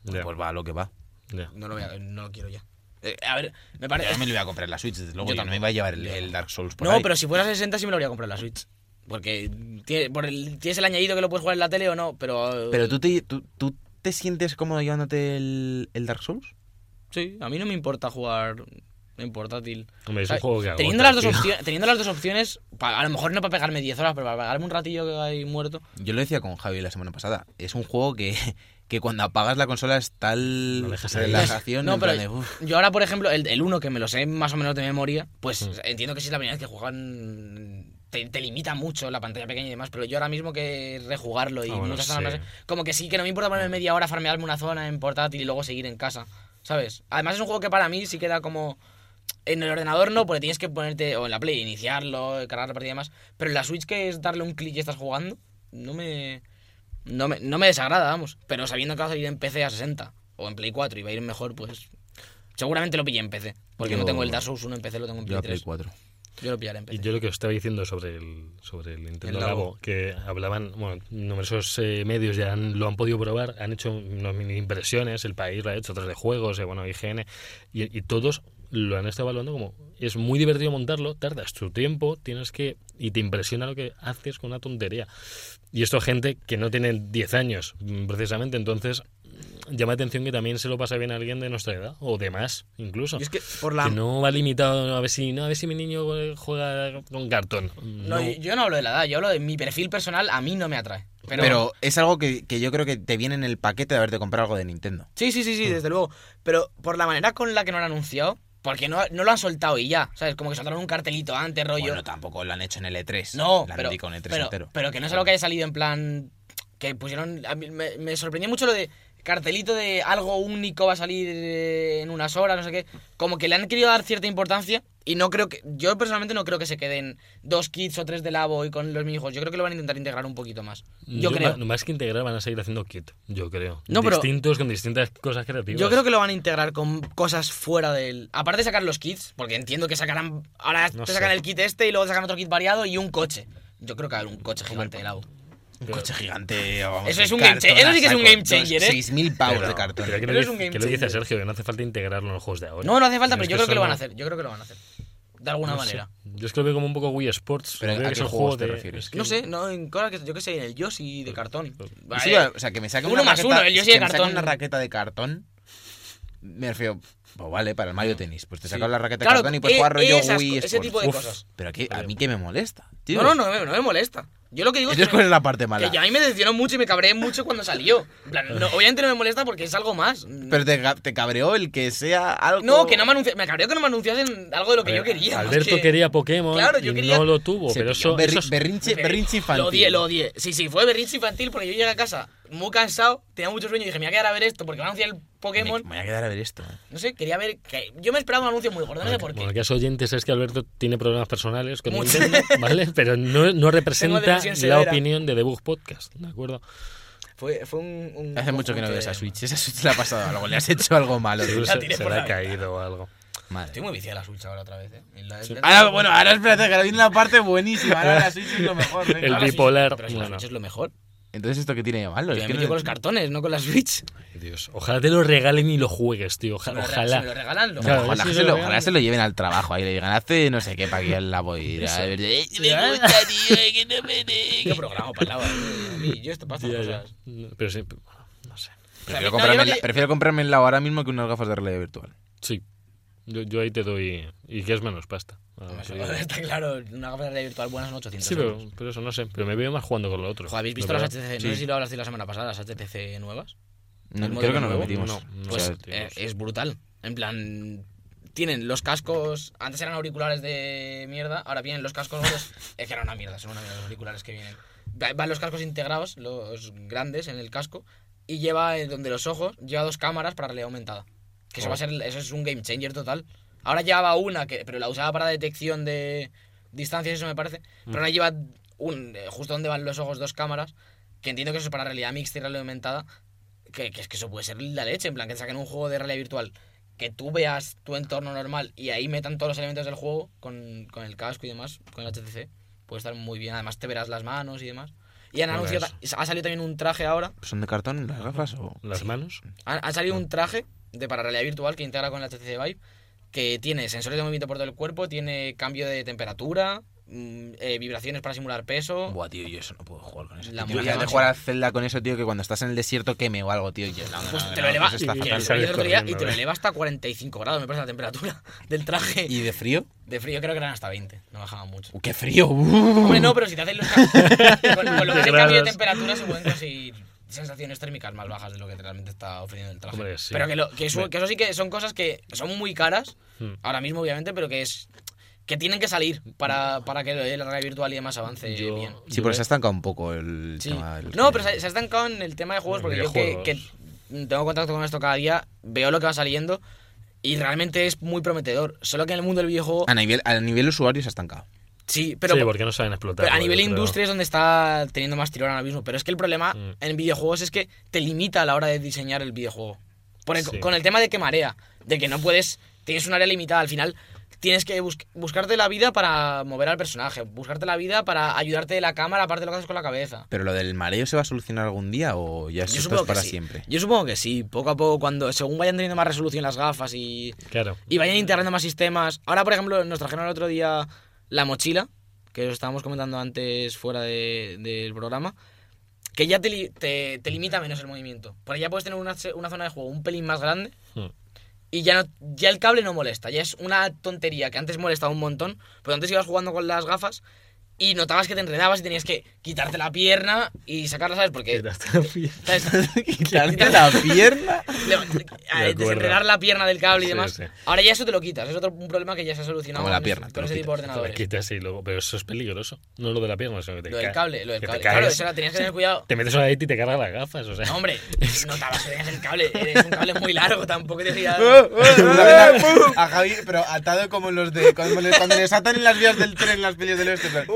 Ya, *laughs* Pues va a lo que va. ya. No lo, voy a- no lo quiero ya. Eh, a ver, me Yo parece. me lo iba a comprar la Switch, desde luego. Yo Yo no tampoco. me iba a llevar el, el Dark Souls por No, ahí. pero si fuera 60 sí me lo habría comprado en la Switch. Porque tiene- por el- tienes el añadido que lo puedes jugar en la tele o no, pero... ¿Pero tú te, tú, tú te sientes cómodo llevándote el, el Dark Souls? Sí, a mí no me importa jugar en portátil. Hombre, es O sea, un juego que agota, teniendo, las dos tío. opciones, teniendo las dos opciones, pa- a lo mejor no para pegarme 10 horas, pero para pegarme un ratillo que hay muerto. Yo lo decía con Javi la semana pasada. Es un juego que, *laughs* que cuando apagas la consola es tal Lo dejas ahí. *laughs* relajación. No, en pero plan de, "Uf". yo ahora, por ejemplo, el, el uno que me lo sé más o menos de memoria, pues Mm. entiendo que si es la primera vez que juegan te, te limita mucho la pantalla pequeña y demás, pero yo ahora mismo que rejugarlo y Ah, bueno, muchas zonas, sí. no sé, como que sí, que no me importa ponerme Mm. media hora, farmearme una zona en portátil y luego seguir en casa, ¿sabes? Además es un juego que para mí sí queda como... En el ordenador no, porque tienes que ponerte, o en la Play, iniciarlo, cargar la partida y demás, pero en la Switch que es darle un clic y estás jugando, no me... No me, no me desagrada, vamos. Pero sabiendo que va a salir en PC a 60 o en Play 4 y va a ir mejor, pues. Seguramente lo pillé en PC. Porque no Yo- tengo el Dark Souls 1 en PC, lo tengo en Yo Play la Play 3. 4. Yo lo pillaré en Y PC. yo lo que os estaba diciendo sobre el, sobre el Nintendo El Labo. Labo, que hablaban, bueno, numerosos eh, medios ya han- lo han podido probar, han hecho unas mini impresiones, el país lo ha hecho, otras de juegos, eh, bueno, IGN, y, y todos lo han estado evaluando como, es muy divertido montarlo, tardas tu tiempo, tienes que, y te impresiona lo que haces con una tontería. Y esto gente que no tiene 10 años, mm, precisamente, entonces llama la atención que también se lo pasa bien a alguien de nuestra edad, o de más, incluso. Y es que por la. Que no va limitado a ver si no a ver si mi niño eh, juega con cartón. no, No. yo- Yo no hablo de la edad, yo hablo de mi perfil personal, a mí no me atrae. Pero. Pero, es algo que, que yo creo que te viene en el paquete de haberte comprado algo de Nintendo. Sí, sí, sí, sí, desde luego. Pero por la manera con la que no lo han anunciado, porque no, no lo han soltado y ya, ¿sabes? Como que soltaron un cartelito antes, rollo. Bueno, tampoco lo han hecho en el E3. No, la han pero, metido con E3 pero, entero. pero que no es algo que haya salido en plan. Que pusieron. a mí me, me sorprendió mucho lo de cartelito de algo único va a salir eh, en unas horas, no sé qué. Como que le han querido dar cierta importancia. Y no creo que. Yo personalmente no creo que se queden dos kits o tres de Labo y con los minijuegos. Yo creo que lo van a intentar integrar un poquito más. Yo, creo. ma- Más que integrar van a seguir haciendo kit, yo creo. No, pero- Distintos con distintas cosas creativas. Yo creo que lo van a integrar con cosas fuera del. Aparte de sacar los kits, porque entiendo que sacarán. Ahora No te sacan sé. el kit este y luego sacan otro kit variado y un coche. Yo creo que va a haber un coche gigante de Labo. Un coche gigante. vamos, Eso es de un game cartón cha- eso sí que es a un saco. game changer, Dos- ¿eh? 6.000 pavos Pero- de cartón. pero que Pero lo es un dice- game que lo dice changer. Sergio, que no hace falta integrarlo en los juegos de ahora. No, no hace falta, Tienes pero yo creo que solo- lo van a hacer. Yo creo que lo van a hacer. De alguna no sé. manera. Yo es que lo veo como un poco Wii Sports. Pero, lo veo ¿a que es qué un juegos juego te de- refieres? es que- No sé, no, en cosas que yo que sé, en el Yoshi de cartón. Vale. Sí, o sea, que me saca Uno una más raqueta, uno, el Yoshi que de me saque cartón. una raqueta de cartón. Me refiero, pues vale, para el Mario Tenis. Pues te sacas la Mm. raqueta Claro, de cartón y puedes e- jugar rollo esas Wii co- ese Sports. tipo de Uf, cosas. Pero que a mí que me molesta, tío. no, no, no, me- no me molesta. Yo lo que *laughs* digo Eso es que, pues. con la parte mala. que yo a mí me decepcionó mucho y me cabreé mucho cuando salió. En plan, *laughs* no, obviamente no me molesta porque es algo más. Pero te, ga- te cabreó el que sea algo. no, que no me anunciasen. Me cabreó que no me anunciasen algo de lo que yo quería. Eh, Alberto es que- quería Pokémon Claro, yo y quería- no lo tuvo, Se pero pilló eso, berri- eso es- berrinche, berrinche infantil. Lo odié, lo odié. Sí, sí, fue berrinche infantil porque yo llegué a casa muy cansado, tenía mucho sueño y dije, me voy a quedar a ver esto porque van a anunciar el Me, me Pokémon. voy a quedar a ver esto. eh. No sé, quería ver. Que... Yo me esperaba un anuncio muy gordo, no sé por qué. Bueno, el caso oyentes es que Alberto tiene problemas personales con Mucho. Nintendo, ¿vale? Pero no, no representa depresión la severa. opinión de Debug Podcast, ¿de acuerdo? *laughs* Fue, fue un, un Hace mucho que no conjunto veo de- esa Switch. Esa Switch la ha pasado algo. Le has hecho algo malo. Seguro tío. la se, tiré se por le la ha caído o algo. Madre. Estoy muy viciado a la Switch ahora otra vez, eh. En la- Ah, Ahora, bueno, ahora espérate, que ahora viene la parte buenísima. Ahora la Switch es lo mejor. venga. El Ahora sí, bipolar, Pero si la bueno. Switch es lo mejor. *laughs* Entonces, ¿esto qué tiene de malo? Yo Es me que no metí con los entiendo. cartones, no con *laughs* la Switch. Ay, Dios. Ojalá te lo regalen y lo juegues, tío. Oja- Si me lo re- ojalá. Si me lo regalan, lo No, Claro, ojalá, eso que es se lo lo, que ojalá hagan. se lo lleven al trabajo. Ahí le digan, hace no sé qué para que la voy a ir a ver. Eh, Ya. Me gusta, tío, eh, que no me de- Qué programa, palabra. eh. A mí- Yo esto *laughs* pasa. Ya, ya. cosas. No, Pero sí, pero, bueno, no sé. Prefiero, no, comprarme yo no la- le- prefiero comprármela ahora mismo que unas gafas de realidad virtual. Sí. Yo, yo ahí te doy. Y que es menos pasta. Ah, Eso sí. Está claro, una gafa de realidad virtual buena son 800. Sí, euros. pero, pero eso no sé. Pero me veo más jugando con lo otro. Ojo, ¿Habéis Lo visto veo- las HTC? No Sí. sé si lo hablaste la semana pasada, las HTC nuevas. No, ¿El creo modelo que no lo nuevo? metimos. No, no Mm. O sea, pues. sé. Eh, tíos. es brutal. En plan, tienen los cascos. Antes eran auriculares de mierda, ahora vienen los cascos *laughs* gordos. es que era una mierda, son una mierda los auriculares que vienen. Va- Van los cascos integrados, los grandes en el casco, y lleva eh, donde los ojos, lleva dos cámaras para realidad aumentada. Que eso Oh. va a ser, eso es un game changer total. Ahora llevaba una, que, pero la usaba para detección de distancias, eso me parece. Pero ahora lleva un, eh, justo donde van los ojos dos cámaras, que entiendo que eso es para realidad mixta y realidad aumentada, que, que es que eso puede ser la leche, en plan que te saquen un juego de realidad virtual, que tú veas tu entorno normal y ahí metan todos los elementos del juego con, con el casco y demás, con el HTC, puede estar muy bien, además te verás las manos y demás. Y han Mola anunciado, eso. ta- ha salido también un traje ahora, ¿Son de cartón las gafas o...? ¿Las manos? ha, ha salido un traje de para realidad virtual que integra con el HTC Vive, que tiene sensores de movimiento por todo el cuerpo, tiene cambio de temperatura, mm, eh, vibraciones para simular peso. Buah, tío, yo eso no puedo jugar con eso. La La música, Imagínate macho. jugar a Zelda con eso, tío, que cuando estás en el desierto queme o algo, tío. Yo, no, no, Pues no, te no, lo eleva eso está y- fatal. y- fatal. yo el otro día- y te lo Corriendo, ¿eh? eleva hasta 45 grados, me parece la temperatura *laughs* del traje. ¿Y de frío? De frío creo que eran hasta 20, no bajaban mucho. Uh, ¡Qué frío! *laughs* uh. Hombre, no, pero si te haces los cal- con, con lo que es el cambio de Grados. temperatura se pueden conseguir sensaciones térmicas más bajas de lo que realmente está ofreciendo el traje. Hombre, sí. Pero que, lo- que eso, Hombre. que eso sí que son cosas que son muy caras, Hmm. ahora mismo obviamente, pero que es que tienen que salir para, para que la realidad virtual y demás avance Yo- bien. Sí, pero se ha estancado un poco el Sí. tema del- No, pero se, se ha estancado en el tema de juegos En porque yo que, que videojuegos. tengo contacto con esto cada día, veo lo que va saliendo y realmente es muy prometedor. Solo que en el mundo del videojuego, A nivel, a nivel usuario se ha estancado. sí, pero sí, porque no saben explotar. pero a nivel industria es donde está teniendo más tirón ahora mismo. Pero es que el problema Mm. en videojuegos es que te limita a la hora de diseñar el videojuego. Por el- Sí. Con el tema de que marea, de que no puedes, tienes un área limitada. Al final tienes que busc- buscarte la vida para mover al personaje, buscarte la vida para ayudarte de la cámara, aparte de lo que haces con la cabeza. ¿Pero lo del mareo se va a solucionar algún día o ya eso Yo está supongo, que para sí. *laughs* siempre? Yo supongo que sí, poco a poco, cuando según vayan teniendo más resolución las gafas y, Claro. y vayan integrando más sistemas. Ahora, por ejemplo, nos trajeron el otro día la mochila, que os estábamos comentando antes fuera de- del programa, que ya te, li- te, te limita menos el movimiento. Por ahí ya puedes tener una, se- una zona de juego un pelín más grande Hmm. y ya, no, ya el cable no molesta. Ya es una tontería que antes molestaba un montón, pero antes ibas jugando con las gafas y notabas que te enredabas y tenías que quitarte la pierna y sacarla, ¿sabes? Porque... *laughs* ¿sabes? ¿Quitarte la *laughs* pierna? Le- De a- acuerdo. desenredar la pierna del cable y Sí, demás. sí. Ahora ya eso te lo quitas, es otro un problema que ya se ha solucionado Como la con- pierna, te con lo ese tipo de quitas, Te ordenadores. quitas y luego. Pero eso es peligroso. No lo de la pierna, sino que te Lo del caes. cable, lo del Que te cable. caes, Claro, eso la tenías que tener cuidado. *laughs* Te metes una edit y te cargas las gafas, o sea. No, hombre, notabas que tenías el cable, es un cable muy largo, tampoco te giras. *laughs* a Javi, pero atado como los de. Cuando les, cuando les atan en las vías del tren en las pelis del oeste. en plan, *laughs*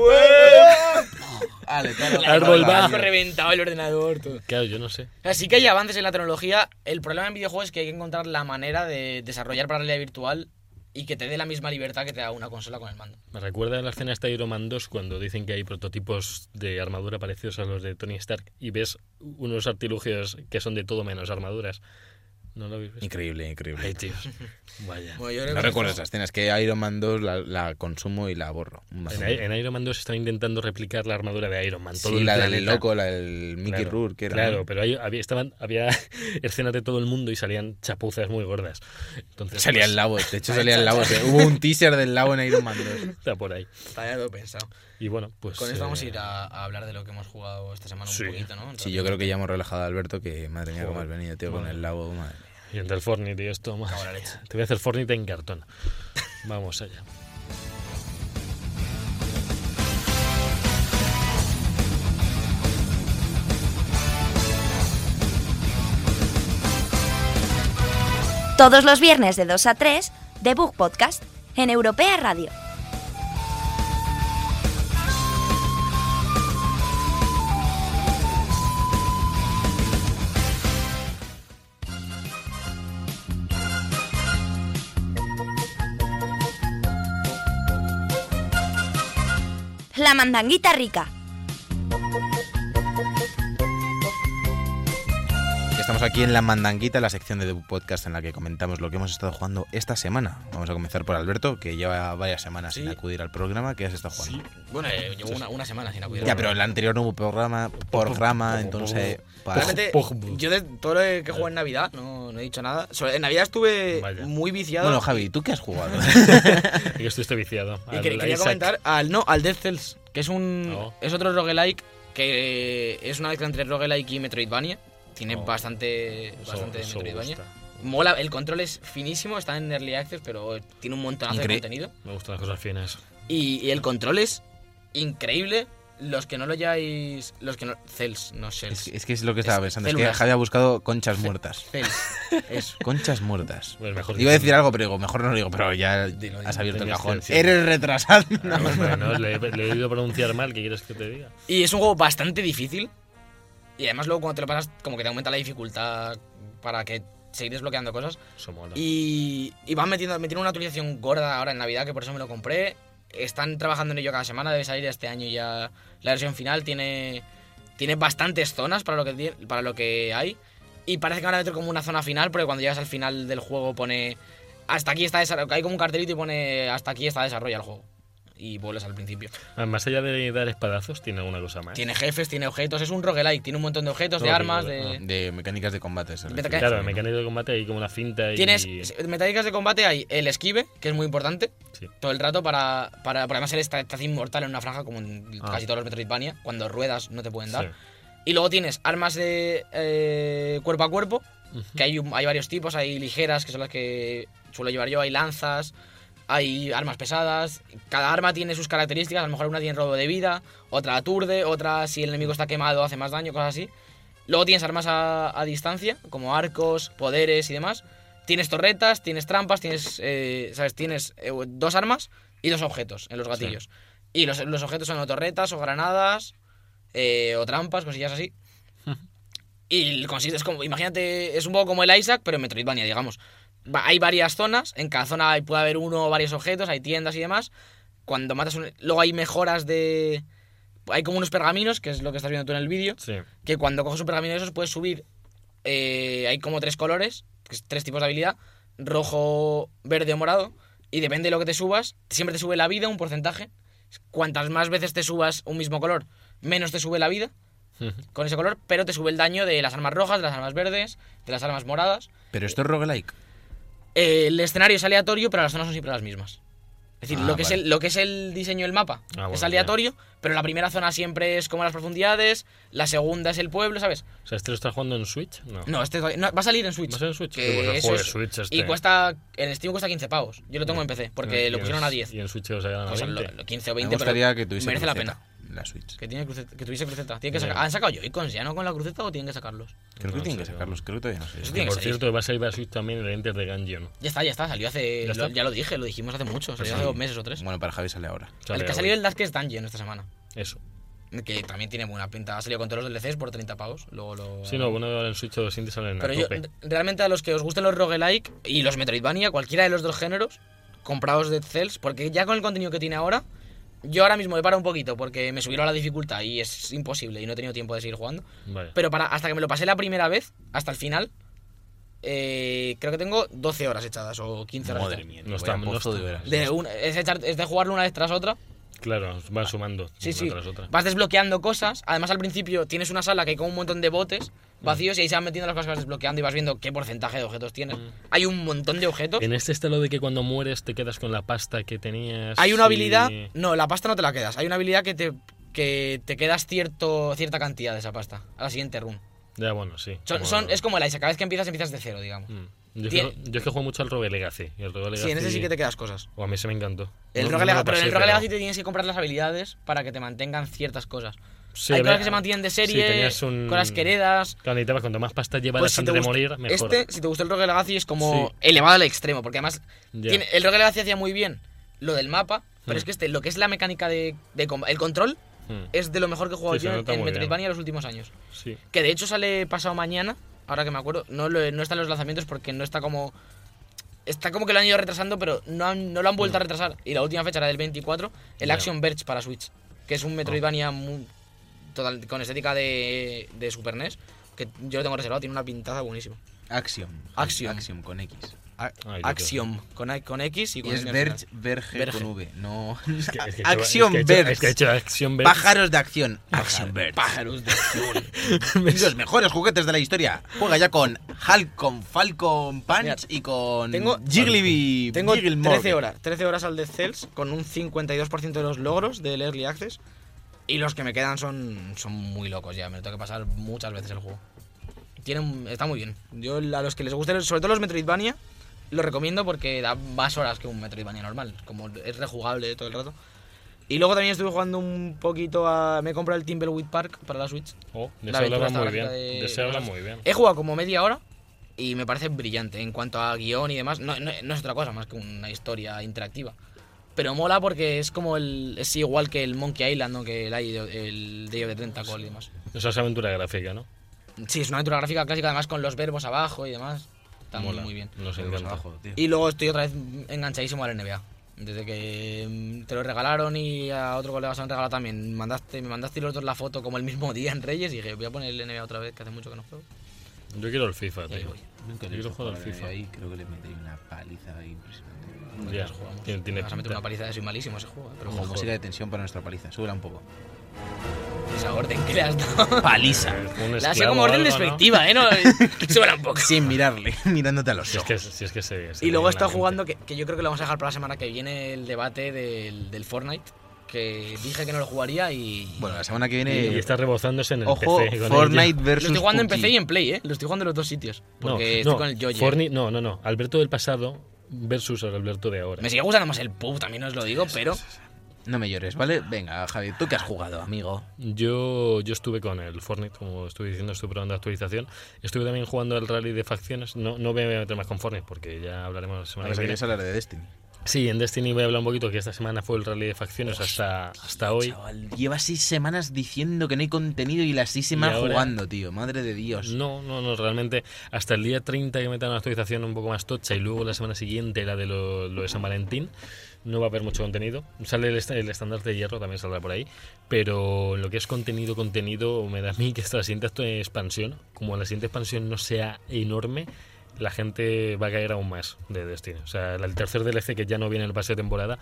Vale, claro. El Árbol vale, bajo. vale. reventado el ordenador, todo. Claro, yo no sé. Así que hay avances en la tecnología. El problema en videojuegos es que hay que encontrar la manera de desarrollar para realidad virtual y que te dé la misma libertad que te da una consola con el mando. Me recuerda la escena esta de Iron Man 2 cuando dicen que hay prototipos de armadura parecidos a los de Tony Stark y ves unos artilugios que son de todo menos armaduras. ¿No lo habéis visto? Increíble, Ay, increíble. tíos. Vaya. Bueno, yo creo No que- recuerdo esas escenas, que Iron Man 2 la, la consumo y la borro. Un En, montón. I- en Iron Man 2 están intentando replicar la armadura de Iron Man. Sí, todo el la del planeta. loco, la del Mickey Claro, Rourke, que era. Claro, ¿no? pero ahí había, estaban, había *laughs* escenas de todo el mundo y salían chapuzas muy gordas. Entonces, Salía pues, el Labo, *laughs* de hecho salía el Labo. Hubo un teaser del Labo en Iron Man 2. Está por ahí. Está ya todo pensado. Y bueno, pues. Con eso vamos a eh, ir a, a hablar de lo que hemos jugado esta semana sí. un poquito, ¿no? Sí, yo creo que ya hemos relajado a Alberto, que madre mía, cómo has Joder. venido, tío, con Madre. el Labo. Madre. Y entre el Fortnite y esto, madre Cago en la mía. leche. Te voy a hacer Fortnite en cartón. Vamos allá. Todos los viernes de 2 a 3, Debug Podcast en Europea Radio. La mandanguita rica. Estamos aquí en la mandanguita, la sección de Debug Podcast en la que comentamos lo que hemos estado jugando esta semana. Vamos a comenzar por Alberto, que lleva varias semanas sin Sí. acudir al programa. ¿Qué has estado jugando? Bueno, eh, llevo una, una semana sin acudir. Ya, pero el anterior no hubo programa, programa, entonces... para- Realmente, Pogbu. yo de todo lo que juego en Navidad no, no he dicho nada. Sobre- en Navidad estuve Vaya. muy viciado. Bueno, Javi, ¿tú qué *laughs* has jugado? Y que estoy, estoy viciado. y Al que- quería Isaac. comentar al, no, al Dead Cells, que es, un, Oh. es otro roguelike que es una mezcla entre roguelike y Metroidvania. Tiene Oh. bastante, Eso- bastante de eso Metroidvania. gusta. Mola, el control es finísimo, está en Early Access, pero tiene un montonazo Incre- de contenido. Me gustan las cosas finas. Y, y el control es increíble. Los que no lo hayáis. Los que no. Cells, no es, Cells. que, es que es lo que estaba Es pensando, es que células. Javi ha buscado conchas *laughs* muertas. Cells. Eso. Conchas muertas. Pues mejor Iba a que- decir algo, pero digo, mejor no lo digo, pero ya Dilo, dilo. has abierto el Tenías que cajón. decirlo. Eres retrasado. Ah, *laughs* bueno, le, le he ido a pronunciar mal, ¿qué quieres que te diga? Y es un juego bastante difícil. Y además, luego cuando te lo pasas, como que te aumenta la dificultad para que seguir desbloqueando cosas. Eso mola. Y, y van metiendo, metiendo una actualización gorda ahora en Navidad, que por eso me lo compré. Están trabajando en ello cada semana, debe salir este año ya la versión final. Tiene, tiene bastantes zonas para lo que, tie- para lo que hay. Y parece que van a meter como una zona final, porque cuando llegas al final del juego pone. Hasta aquí está desarrollado. Hay como un cartelito y pone. Hasta aquí está desarrollado el juego. Y vuelves al principio. Ah, Más allá de dar espadazos, tiene alguna cosa más. Tiene jefes, tiene objetos. Es un roguelike. Tiene un montón de objetos, de Todo armas, tipo de. De mecánicas de combate. se De refiere. ataque- Claro, el mecánico de combate hay como una cinta Ah, y. Tienes metálicas de combate, hay el esquive, que es muy importante, Sí. todo el rato para, para, para además él está, te hace inmortal en una franja como en Ah. casi todos los Metroidvania, cuando ruedas no te pueden dar. Sí. Y luego tienes armas de eh, cuerpo a cuerpo, que hay, un- hay varios tipos, hay ligeras, que son las que suelo llevar yo, hay lanzas, hay armas pesadas, cada arma tiene sus características, a lo mejor una tiene robo de vida, otra aturde, otra si el enemigo está quemado hace más daño, cosas así. Luego tienes armas a, a distancia, como arcos, poderes y demás. Tienes torretas, tienes trampas, tienes, eh, ¿sabes? tienes eh, dos armas y dos objetos en los gatillos. Y los, los objetos son o torretas, o granadas, eh, o trampas, cosillas así. Y consiste, es como, imagínate, es un poco como el Isaac, pero en Metroidvania, digamos. Va- hay varias zonas, en cada zona hay- puede haber uno o varios objetos, hay tiendas y demás. Cuando matas un- Luego hay mejoras de... Hay como unos pergaminos, que es lo que estás viendo tú en el vídeo, Sí. que cuando coges un pergamino de esos puedes subir... eh, hay como tres colores, que es tres tipos de habilidad, rojo, verde o morado, y depende de lo que te subas, siempre te sube la vida un porcentaje. Cuantas más veces te subas un mismo color, menos te sube la vida Ujú. con ese color, pero te sube el daño de las armas rojas, de las armas verdes, de las armas moradas. Pero esto es roguelike. Eh, el escenario es aleatorio, pero las zonas son siempre las mismas. Es decir, Ah, lo, que es vale. el, lo que es el diseño del mapa Ah, bueno, es ya. aleatorio, pero la primera zona siempre es como las profundidades, la segunda es el pueblo, ¿sabes? O sea, ¿este lo está jugando en Switch? No. No, este todavía- no, va a salir en Switch. ¿Va a ser en Switch? que Uy, pues el eso juego de es- Switch Y este. cuesta, en Steam cuesta 15 pavos. Yo lo tengo en PC, porque Ah, Y lo en- pusieron a 10. Y en Switch lo sacaron a O sea, 20. lo- lo 15 o Me 20, gustaría pero que tuviese merece la cruceta, pena. La Switch. Que, tiene cruceta- que tuviese cruceta. Tiene que Ya. sacar- ¿Han sacado Joy-Cons ya, no? ¿Con la cruceta o tienen que sacarlos? Creo que No tienen sé, que sacarlos, creo que todavía no sé. Eso Y tiene que por salir. cierto, va a salir para Switch también el Enter de Gungeon. Ya está, ya está, salió hace. ¿Ya lo- ¿Ya, está? Pues lo dije, lo dijimos hace mucho, salió hace sí. dos meses o tres. Bueno, para Javi sale ahora. Sale el que ha hoy. salido el Darkest Dungeon esta semana. Eso. Que también tiene buena pinta. Ha salido con todos los DLCs por 30 pavos. Luego lo. Sí, no, bueno, ahora en Switch los indies salen Pero a yo, tope. re- realmente a los que os gusten los roguelike y los Metroidvania, cualquiera de los dos géneros, compraos Dead Cells, porque ya con el contenido que tiene ahora, yo ahora mismo me paro un poquito porque me subieron la dificultad y es imposible y no he tenido tiempo de seguir jugando. Vale. Pero para, hasta que me lo pasé la primera vez, hasta el final, eh, creo que tengo 12 horas echadas o 15 horas. Madre echadas. mía, No no está- está, no pozo de está. veras. De un- es, echar- es de jugarlo una vez tras otra. Claro, van sumando Ah, Sí, una sí. tras otra. Vas desbloqueando cosas. Además, al principio tienes una sala que hay como un montón de botes vacíos y ahí se van metiendo las cosas que vas desbloqueando y vas viendo qué porcentaje de objetos tienes. Hay un montón de objetos. Mm. En este está lo de que cuando mueres te quedas con la pasta que tenías. Hay una y- habilidad. No, la pasta no te la quedas. Hay una habilidad que te, que te quedas cierto, cierta cantidad de esa pasta a la siguiente run. Ya, bueno, sí. Son- son- es como el Isaac. Cada vez que empiezas, empiezas de cero, digamos. Mm. Yo, es Tien- que, yo es que juego mucho al Rogue Legacy. y el Rogue Sí, en ese sí Legacy- que te quedas cosas. O a mí se me encantó. El No- no me Rogue lo Legacy- pero en pasé, el Rogue Legacy te tienes que comprar las habilidades para que te mantengan ciertas cosas. Sí, hay había- cosas que se mantienen de sí, serie, tenías un- cosas que heredas. Claro, necesitabas cuanto más pasta llevaras Pues si te antes de gusta- morir, mejor. Este, si te gusta el Rogue Legacy, es como Sí. elevado al extremo, porque además Ya. tiene- el Rogue Legacy hacía muy bien lo del mapa, pero Mm. es que este, lo que es la mecánica de, de comba- el control, Mm, es de lo mejor que he jugado Sí, se yo en, nota en muy bien. Metroidvania en los últimos años. Sí. Que de hecho sale pasado mañana, ahora que me acuerdo, no, lo- no están los lanzamientos porque no está como... Está como que lo han ido retrasando, pero no, han- no lo han vuelto a retrasar. Y la última fecha era del 24, el Ya. Ah. Action Verge para Switch, que es un Metroidvania muy- total, con estética de, de Super NES, que yo lo tengo reservado, tiene una pintaza buenísima. Axiom. Axiom. Axiom con X. Ah, Ay, Dios. Axiom, con, a- con X y Y con es N al Verge, final. Verge, Verge. con V. No. Es que- es que he hecho- *laughs* Action es que he hecho- Verge. Es que he hecho Action Verge. Pájaros de acción. Axiom Verge. Pájaros *laughs* de acción. *laughs* Los mejores juguetes de la historia. Juega ya con Halcon, Falcon Punch Mira, y con tengo- Jigglyby. Tengo Jigglemore. 13 horas, 13 horas al Dead Cells con un 52% de los logros del Early Access. Y los que me quedan son, son muy locos ya, me lo tengo que pasar muchas veces el juego. Tienen, está muy bien. Yo a los que les gusten, sobre todo los Metroidvania, los recomiendo porque da más horas que un Metroidvania normal. Como es rejugable todo el rato. Y luego también estuve jugando un poquito a... Me he comprado el Timberwood Park para la Switch. Oh, de La eso habla aventura muy bien. gráfica de- De eso de habla cosas. muy bien. He jugado como media hora y me parece brillante en cuanto a guión y demás. No, no- no es otra cosa más que una historia interactiva. Pero mola porque es como el. Es igual que el Monkey Island o que el, el Day of the Tentacle y demás. Eso es aventura gráfica, ¿no? Sí, es una aventura gráfica clásica, además con los verbos abajo y demás. Está muy- Mola. muy bien. Nos Vamos encanta. abajo, tío. Y luego estoy otra vez enganchadísimo al NBA. Desde que mm, te lo regalaron y a otro colega se lo han regalado también. Mandaste, me mandaste los dos la foto como el mismo día en Reyes y dije, voy a poner el NBA otra vez, que hace mucho que no juego. Yo quiero el FIFA, Ya tío. voy. Yo Nunca lo he quiero visto jugar al pero FIFA. Ahí creo que le metí una paliza impresionante. Ya, jugamos. tiene- tiene Vas a meter pinta. una paliza, soy malísimo a ese juego, eh, pero Como joder, música de tensión para nuestra paliza. Súbela un poco. esa orden que le has dado. Paliza. *laughs* Un La hace esclavo como o orden algo, ¿no? despectiva, ¿eh? No, *laughs* súbela un poco. Sin mirarle, *laughs* mirándote a los Si es ojos. que, si es que se, se Y ve luego en está la mente. jugando, que, que yo creo que lo vamos a dejar para la semana que viene, el debate del, del Fortnite, que dije que no lo jugaría y... Bueno, la semana que Y, y viene. está rebozándose en el Ojo, PC. con Fortnite ella. lo versus. estoy jugando en PUBG. PC y en Play, ¿eh? Lo estoy jugando en los dos sitios, No, porque estoy no, con el ¿eh? Joye. Fortnite- no, no, no. Alberto del pasado versus el Alberto de ahora. Me sigue gustando más el PUB, también os lo digo, pero... No me llores, ¿vale? Venga, Javi, ¿tú qué has jugado, amigo? Yo, yo estuve con el Fortnite, como estuve diciendo, estuve probando actualización. Estuve también jugando al rally de facciones. No, no voy a meter más con Fortnite porque ya hablaremos la semana que viene. hablar de Destiny. Sí, en Destiny voy a hablar un poquito que esta semana fue el rally de facciones hasta, hasta hoy. Chaval, lleva seis semanas diciendo que no hay contenido y las seis semanas ahora- jugando, tío. Madre de Dios. No, no, no, realmente hasta el día 30 que metan una actualización un poco más tocha y luego la semana siguiente la de lo, lo de San Valentín, no va a haber mucho contenido. Sale el, est- el estandarte de hierro, también saldrá por ahí, pero lo que es contenido, contenido, me da a mí que hasta la siguiente actu- expansión, como la siguiente expansión no sea enorme, la gente va a caer aún más de Destiny. O sea, el tercer DLC que ya no viene en el pase de temporada,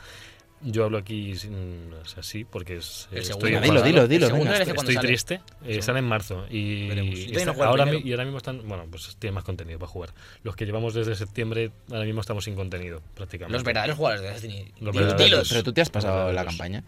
yo hablo aquí sin, o sea, sí, porque es, El estoy segundo. Dilo, dilo, dilo, El segundo venga. DLC cuando Estoy sale. triste. Eh, sale en marzo. Y, Veremos. Yo y todavía está- no juego al ahora, mi- primero. y ahora mismo están. Bueno, pues tienen más contenido para jugar. Los que llevamos desde septiembre, ahora mismo estamos sin contenido, prácticamente. Los verdaderos jugadores de Destiny. Los Dilos, verdaderos. dilos. Pero tú te has pasado Verdaderos. la campaña.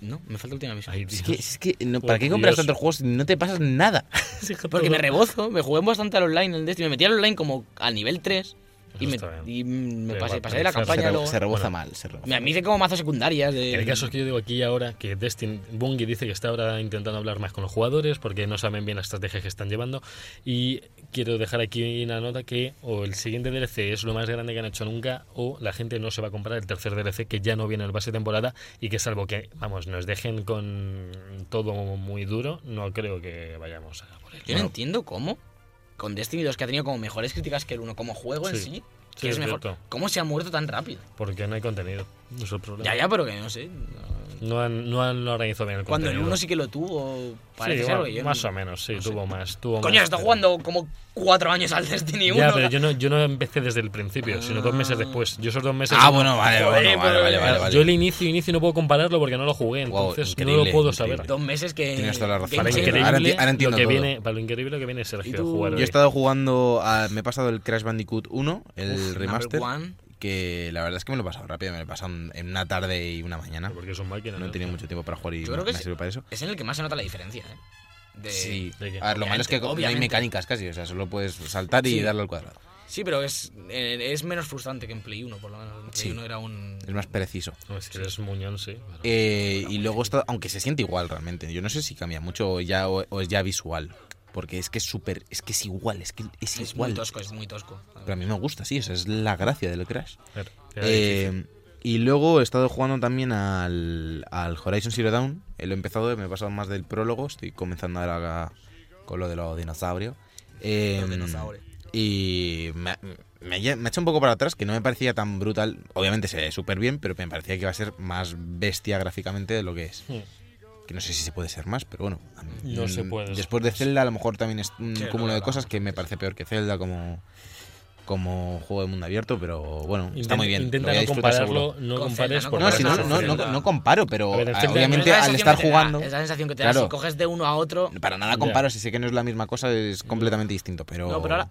No, me falta última misión. Ay, Es Dios. que, es que no, ¿para Por qué compras Dios. tantos juegos si no te pasas nada? *laughs* Sí, que Porque todo- me rebozo, me jugué bastante al online en el Destiny, me metí al online como al nivel 3 y Eso me, está bien. y me Pero pasé, igual, pasé de la pero campaña se, luego. re- se reboza Bueno. mal, se reboza. Me, me hice como mazos secundarias de... El caso es que yo digo aquí ahora que Destin Bungie dice que está ahora intentando hablar más con los jugadores porque no saben bien las estrategias que están llevando. Y quiero dejar aquí una nota que o el siguiente DLC es lo más grande que han hecho nunca o la gente no se va a comprar el tercer DLC que ya no viene en el base de temporada y que salvo que, vamos, nos dejen con todo muy duro, no creo que vayamos a por él. Yo no entiendo cómo, con Destiny 2, que ha tenido como mejores críticas que el 1, como juego en Sí. sí, que Sí, es, es mejor, cierto. ¿cómo se ha muerto tan rápido? Porque no hay contenido. No es el problema. Ya, ya, pero que no sé. no- No han, no han organizado bien el Cuando el contenido. 1 sí que lo tuvo, parece Sí, ser bueno, que yo más no- o menos, sí, no sé. tuvo más. Tuvo Coño, más, se está pero- jugando como 4 años al Destiny 1. Ya, pero yo no, yo no empecé desde el principio, sino dos meses después. Yo esos dos meses. Ah, bueno, vale, Joder, bueno, vale, pero- vale, vale, vale. Yo el inicio, inicio no puedo compararlo porque no lo jugué, Wow, entonces no increíble, lo puedo increíble. saber. Dos meses que... Tienes toda la razón. Para, Game lo Changer. increíble, Ahora enti- ahora entiendo lo que todo. viene, para lo increíble que viene Sergio tú? jugar. Yo hoy. Yo he estado jugando, a- me he pasado el Crash Bandicoot 1, el Uf, remaster, number one. que la verdad es que me lo he pasado rápido, me lo he pasado en una tarde y una mañana. Porque son máquinas. No he tenido mucho tiempo para jugar y Yo creo me que me sí. sirve para eso. Es en el que más se nota la diferencia, ¿eh? De- Sí, de que- a ver, lo malo es obviamente, que no hay obviamente. mecánicas casi, o sea, solo puedes saltar y Sí. darle al cuadrado. Sí, pero es, eh, es menos frustrante que en Play 1, por lo menos. En Play Sí. 1 era un... Es más preciso. No, es que eres muñón, sí. pero- Eh, y luego está, aunque se siente igual realmente, yo no sé si cambia mucho o ya, o, o es ya visual, porque es que es súper, es que es igual, es que es, Es muy igual. tosco, es muy tosco. Pero a mí me gusta, sí, esa es la gracia del Crash. A ver, era Eh, difícil. y luego he estado jugando también al, al Horizon Zero Dawn. Eh, Lo he empezado, me he pasado más del prólogo. Estoy comenzando ahora a- con lo de los dinosaurios. Eh, Los dinosaurios. Y me, me, ha- me ha hecho un poco para atrás, que no me parecía tan brutal. Obviamente se ve súper bien, pero me parecía que iba a ser más bestia gráficamente de lo que es. Hmm. Que no sé si se puede ser más, pero bueno. a mí- No se mm, puede ser Después de Zelda, a lo mejor también es un Sí, lo cúmulo de hablamos cosas que me parece peor que Zelda como, como juego de mundo abierto, pero bueno, está Inten- muy bien. lo Intenta voy no a disfrutar compararlo, seguro. no Con compares Zelda, ¿no? porque No, Por si vas a no, no, sufrir. no, Zelda. no comparo, pero A ver, en ah, Zelda obviamente no Es la al sensación estar que te da, jugando, Es la sensación que te da Claro. si coges de uno a otro. para nada Ya. comparo, si sé que no es la misma cosa, es completamente distinto, pero... No, pero ahora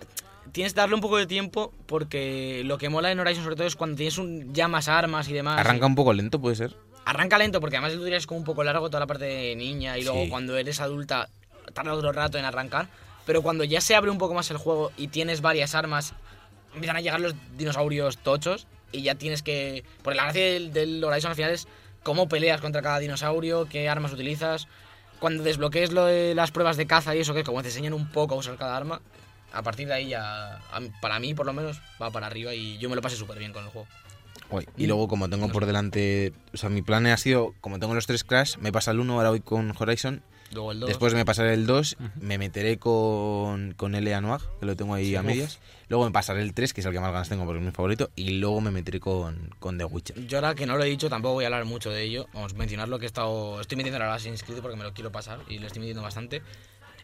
tienes que darle un poco de tiempo porque lo que mola en Horizon sobre todo es cuando tienes un, ya más armas y demás. Arranca un poco lento, puede ser. Arranca lento porque además el tutorial es como un poco largo toda la parte de niña y luego Sí. cuando eres adulta tarda otro rato en arrancar. Pero cuando ya se abre un poco más el juego y tienes varias armas, empiezan a llegar los dinosaurios tochos y ya tienes que... Porque la gracia del, del Horizon al final es cómo peleas contra cada dinosaurio, qué armas utilizas. Cuando desbloquees lo de las pruebas de caza y eso, que como te enseñan un poco a usar cada arma, a partir de ahí ya, a mí- para mí por lo menos, va para arriba y yo me lo pasé súper bien con el juego. Guay. Y luego, como tengo por delante... O sea, mi plan ha sido, como tengo los tres Crash, me pasa el 1, ahora voy con Horizon, Luego el 2... después me pasaré el 2, me meteré con, con L.A. Noir, que lo tengo ahí a medias, luego me pasaré el 3, que es el que más ganas tengo porque es mi favorito, y luego me meteré con, con The Witcher. Yo ahora que no lo he dicho, tampoco voy a hablar mucho de ello. Vamos a mencionar lo que he estado... Estoy metiendo ahora Assassin's Creed porque me lo quiero pasar y lo estoy metiendo bastante.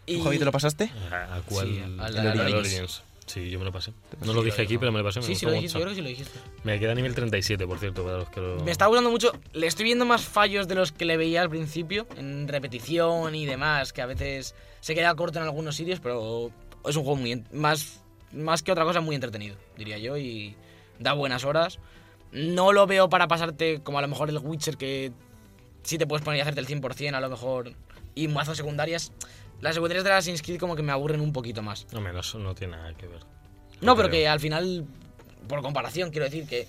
Y- Javi, ¿te lo pasaste? ¿A a cuál? Sí, al- El al Origins. Origins. Sí, yo me lo pasé. No lo dije aquí, pero me lo pasé. Me Sí, sí gustó lo dijiste, yo mucho. creo que sí lo dijiste. Me queda a nivel 37, por cierto, para los que lo. Me está gustando mucho. Le estoy viendo más fallos de los que le veía al principio, en repetición y demás, que a veces se queda corto en algunos sitios, pero es un juego muy en- más, más que otra cosa muy entretenido, diría yo, y da buenas horas. No lo veo para pasarte como a lo mejor el Witcher, que sí te puedes poner y hacerte el 100%, a lo mejor, y mazos secundarias. Las secundarias de Assassin's Creed como que me aburren un poquito más. No, menos, no tiene nada que ver. No, pero creo. que al final, por comparación, quiero decir que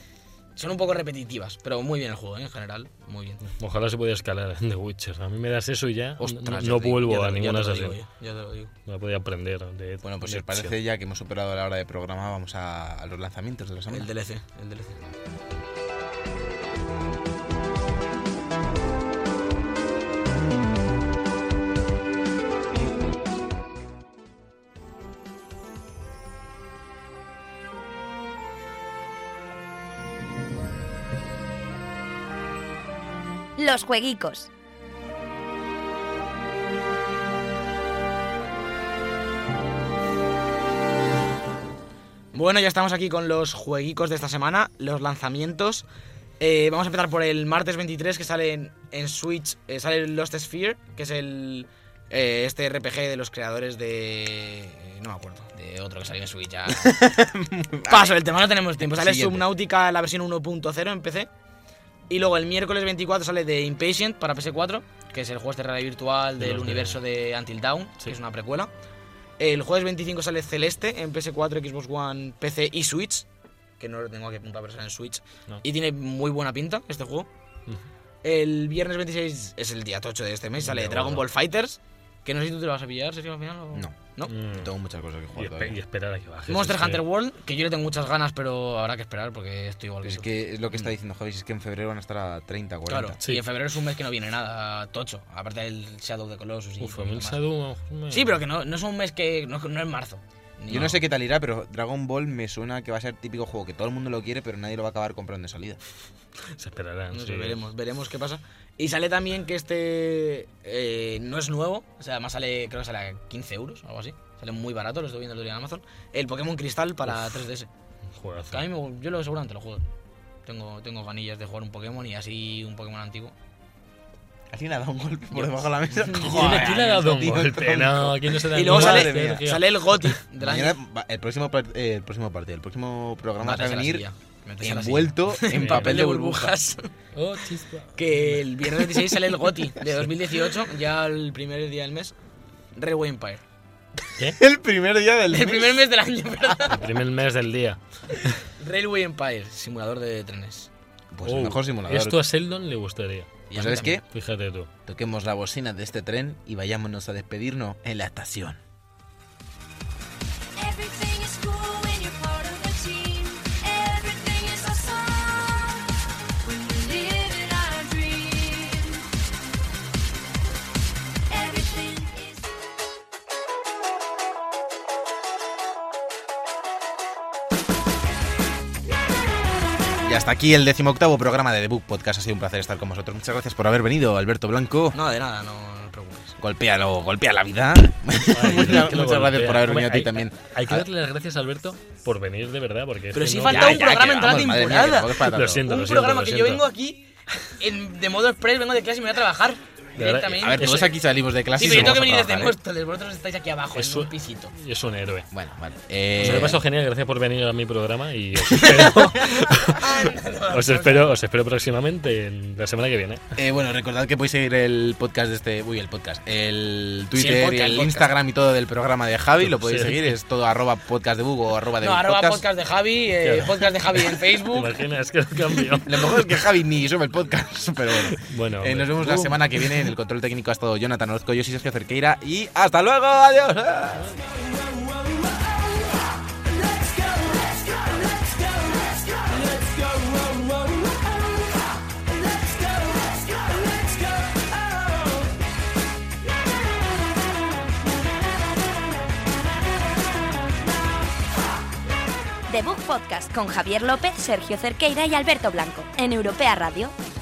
son un poco repetitivas, pero muy bien el juego, ¿eh? en general, muy bien. Ojalá se pudiera escalar en The Witcher. A mí me das eso y ya. Ostras, no no ya te- ya vuelvo te- a ya ninguna te lo sesión. digo eh. yo, Ya te lo digo. No podía aprender. De, Bueno, pues si os de acción. parece ya que hemos superado la hora de programa, vamos a, a los lanzamientos de la semana. El DLC, el DLC. Los jueguicos. Bueno, ya estamos aquí con los jueguicos de esta semana, los lanzamientos. Eh, vamos a empezar por el martes 23 que sale en, en Switch, eh, sale Lost Sphere, que es el eh, este RPG de los creadores de... eh, No me acuerdo, de otro que salió en Switch ya. *laughs* Paso del tema, no tenemos tiempo. Sale Siguiente. Subnautica, la versión 1.0 en PC. Y luego el miércoles 24 sale The Impatient para PS4, que es el juego este de realidad virtual De del los de- universo de Until Dawn, Sí. que es una precuela. El jueves 25 sale Celeste en PS4, Xbox One, PC y Switch. Que no lo tengo aquí apuntado, pero sale en Switch. No. Y tiene muy buena pinta este juego. Ujú. El viernes 26 es el día 8 de este mes, sale Día Dragon gordo. Ball Fighters. Que no sé si tú te lo vas a pillar, Sergio, al final. o- No, ¿no? Mm. tengo muchas cosas que Y, jugar espe- y eh. todavía. esperar a que baje. Monster Es que- Hunter World, que yo le tengo muchas ganas, pero habrá que esperar porque estoy igual que Es tú. que es lo que está diciendo Javi, es que en febrero van a estar a 30, 40. Claro, Sí. y en febrero es un mes que no viene nada tocho, aparte del Shadow de Colossus y Uf, a poquito mí el más. Shadow. me- Sí, pero que no, no es un mes que no, no es marzo. Ni- Yo no sé qué tal irá, pero Dragon Ball me suena que va a ser típico juego que todo el mundo lo quiere, pero nadie lo va a acabar comprando de salida. Se esperarán. No sé, sí. veremos, veremos qué pasa. Y sale también que este eh, no es nuevo, o sea, además sale, creo que sale a 15 euros o algo así. Sale muy barato, lo estoy viendo el otro día en Amazon. El Pokémon Cristal para 3DS. Juegazo. Que a mí me- yo lo seguramente lo juego. Tengo, tengo ganillas de jugar un Pokémon y así un Pokémon antiguo. ¿Alguien ha dado un golpe por debajo de la *laughs* mesa? ¿Quién- ¿Quién le ha dado un tío, golpe? tronco. No, aquí no se da Y luego madre sale, mía. sale el GOTI del año. Mañana va- el próximo, par- eh, el próximo partido, el próximo programa Metes va a a la venir silla, metes a la silla. envuelto *laughs* en papel de burbujas. Oh, chispa. Que el viernes 26 sale el GOTI de 2018, ya el primer día del mes. Railway Empire. *laughs* El primer día del El mes. primer mes del año, ¿verdad? El primer mes del día. Railway Empire, simulador de trenes. Pues *laughs* el Oh, mejor simulador. Esto a Sheldon le gustaría. Pues ¿Sabes ¿Eh? qué? Fíjate tú. Toquemos la bocina de este tren y vayámonos a despedirnos en la estación. Everything is cool when you're part of the team. Everything is awesome when we live in our dream. Everything is. Y hasta aquí el decimoctavo programa de The Book Podcast. Ha sido un placer estar con vosotros. Muchas gracias por haber venido, Alberto Blanco. No, de nada, no, no os preocupes. Golpéalo, golpea la vida. Ay, *laughs* Muchas- Dios, que lo muchas gracias golpea. por haber venido a Hombre, ti también. Hay que Ah. darle las gracias a Alberto por venir de verdad, porque. Pero es que sí no- falta un programa en toda la madre mía, que temporada. tampoco es para tanto. Lo siento, Un lo siento, programa lo que yo siento. vengo aquí en- de modo express, vengo de clase y me voy a trabajar directamente. A ver, todos Ese- aquí salimos de clase. sí, y pero yo tengo que vamos venir a desde trabajar, ¿eh? Móstoles, vosotros estáis aquí abajo, Eso- en un pisito. Es un héroe. Bueno, vale. Os Pues lo Eh, he pasado genial, gracias por venir a mi programa y *laughs* os espero, os espero, os espero próximamente en la semana que viene. eh, bueno, recordad que podéis seguir el podcast de este. Uy, el podcast. El Twitter podcast, y el el podcast. Instagram y todo del programa de Javi. Lo podéis Sí. seguir. Es todo arroba podcast de Bug o arroba de No, Bug arroba podcast. podcast de Javi, eh, Claro. podcast de Javi en ¿Te Facebook. imaginas que lo *laughs* cambio? Lo mejor es que Javi ni sube el podcast, pero bueno. Bueno, Eh, nos hombre. Uh. vemos la semana que viene. En el control técnico ha estado Jonathan Orozco, yo soy Sergio Cerqueira y hasta luego. Adiós. The Book Podcast con Javier López, Sergio Cerqueira y Alberto Blanco en Europea Radio. oh. oh. oh, oh.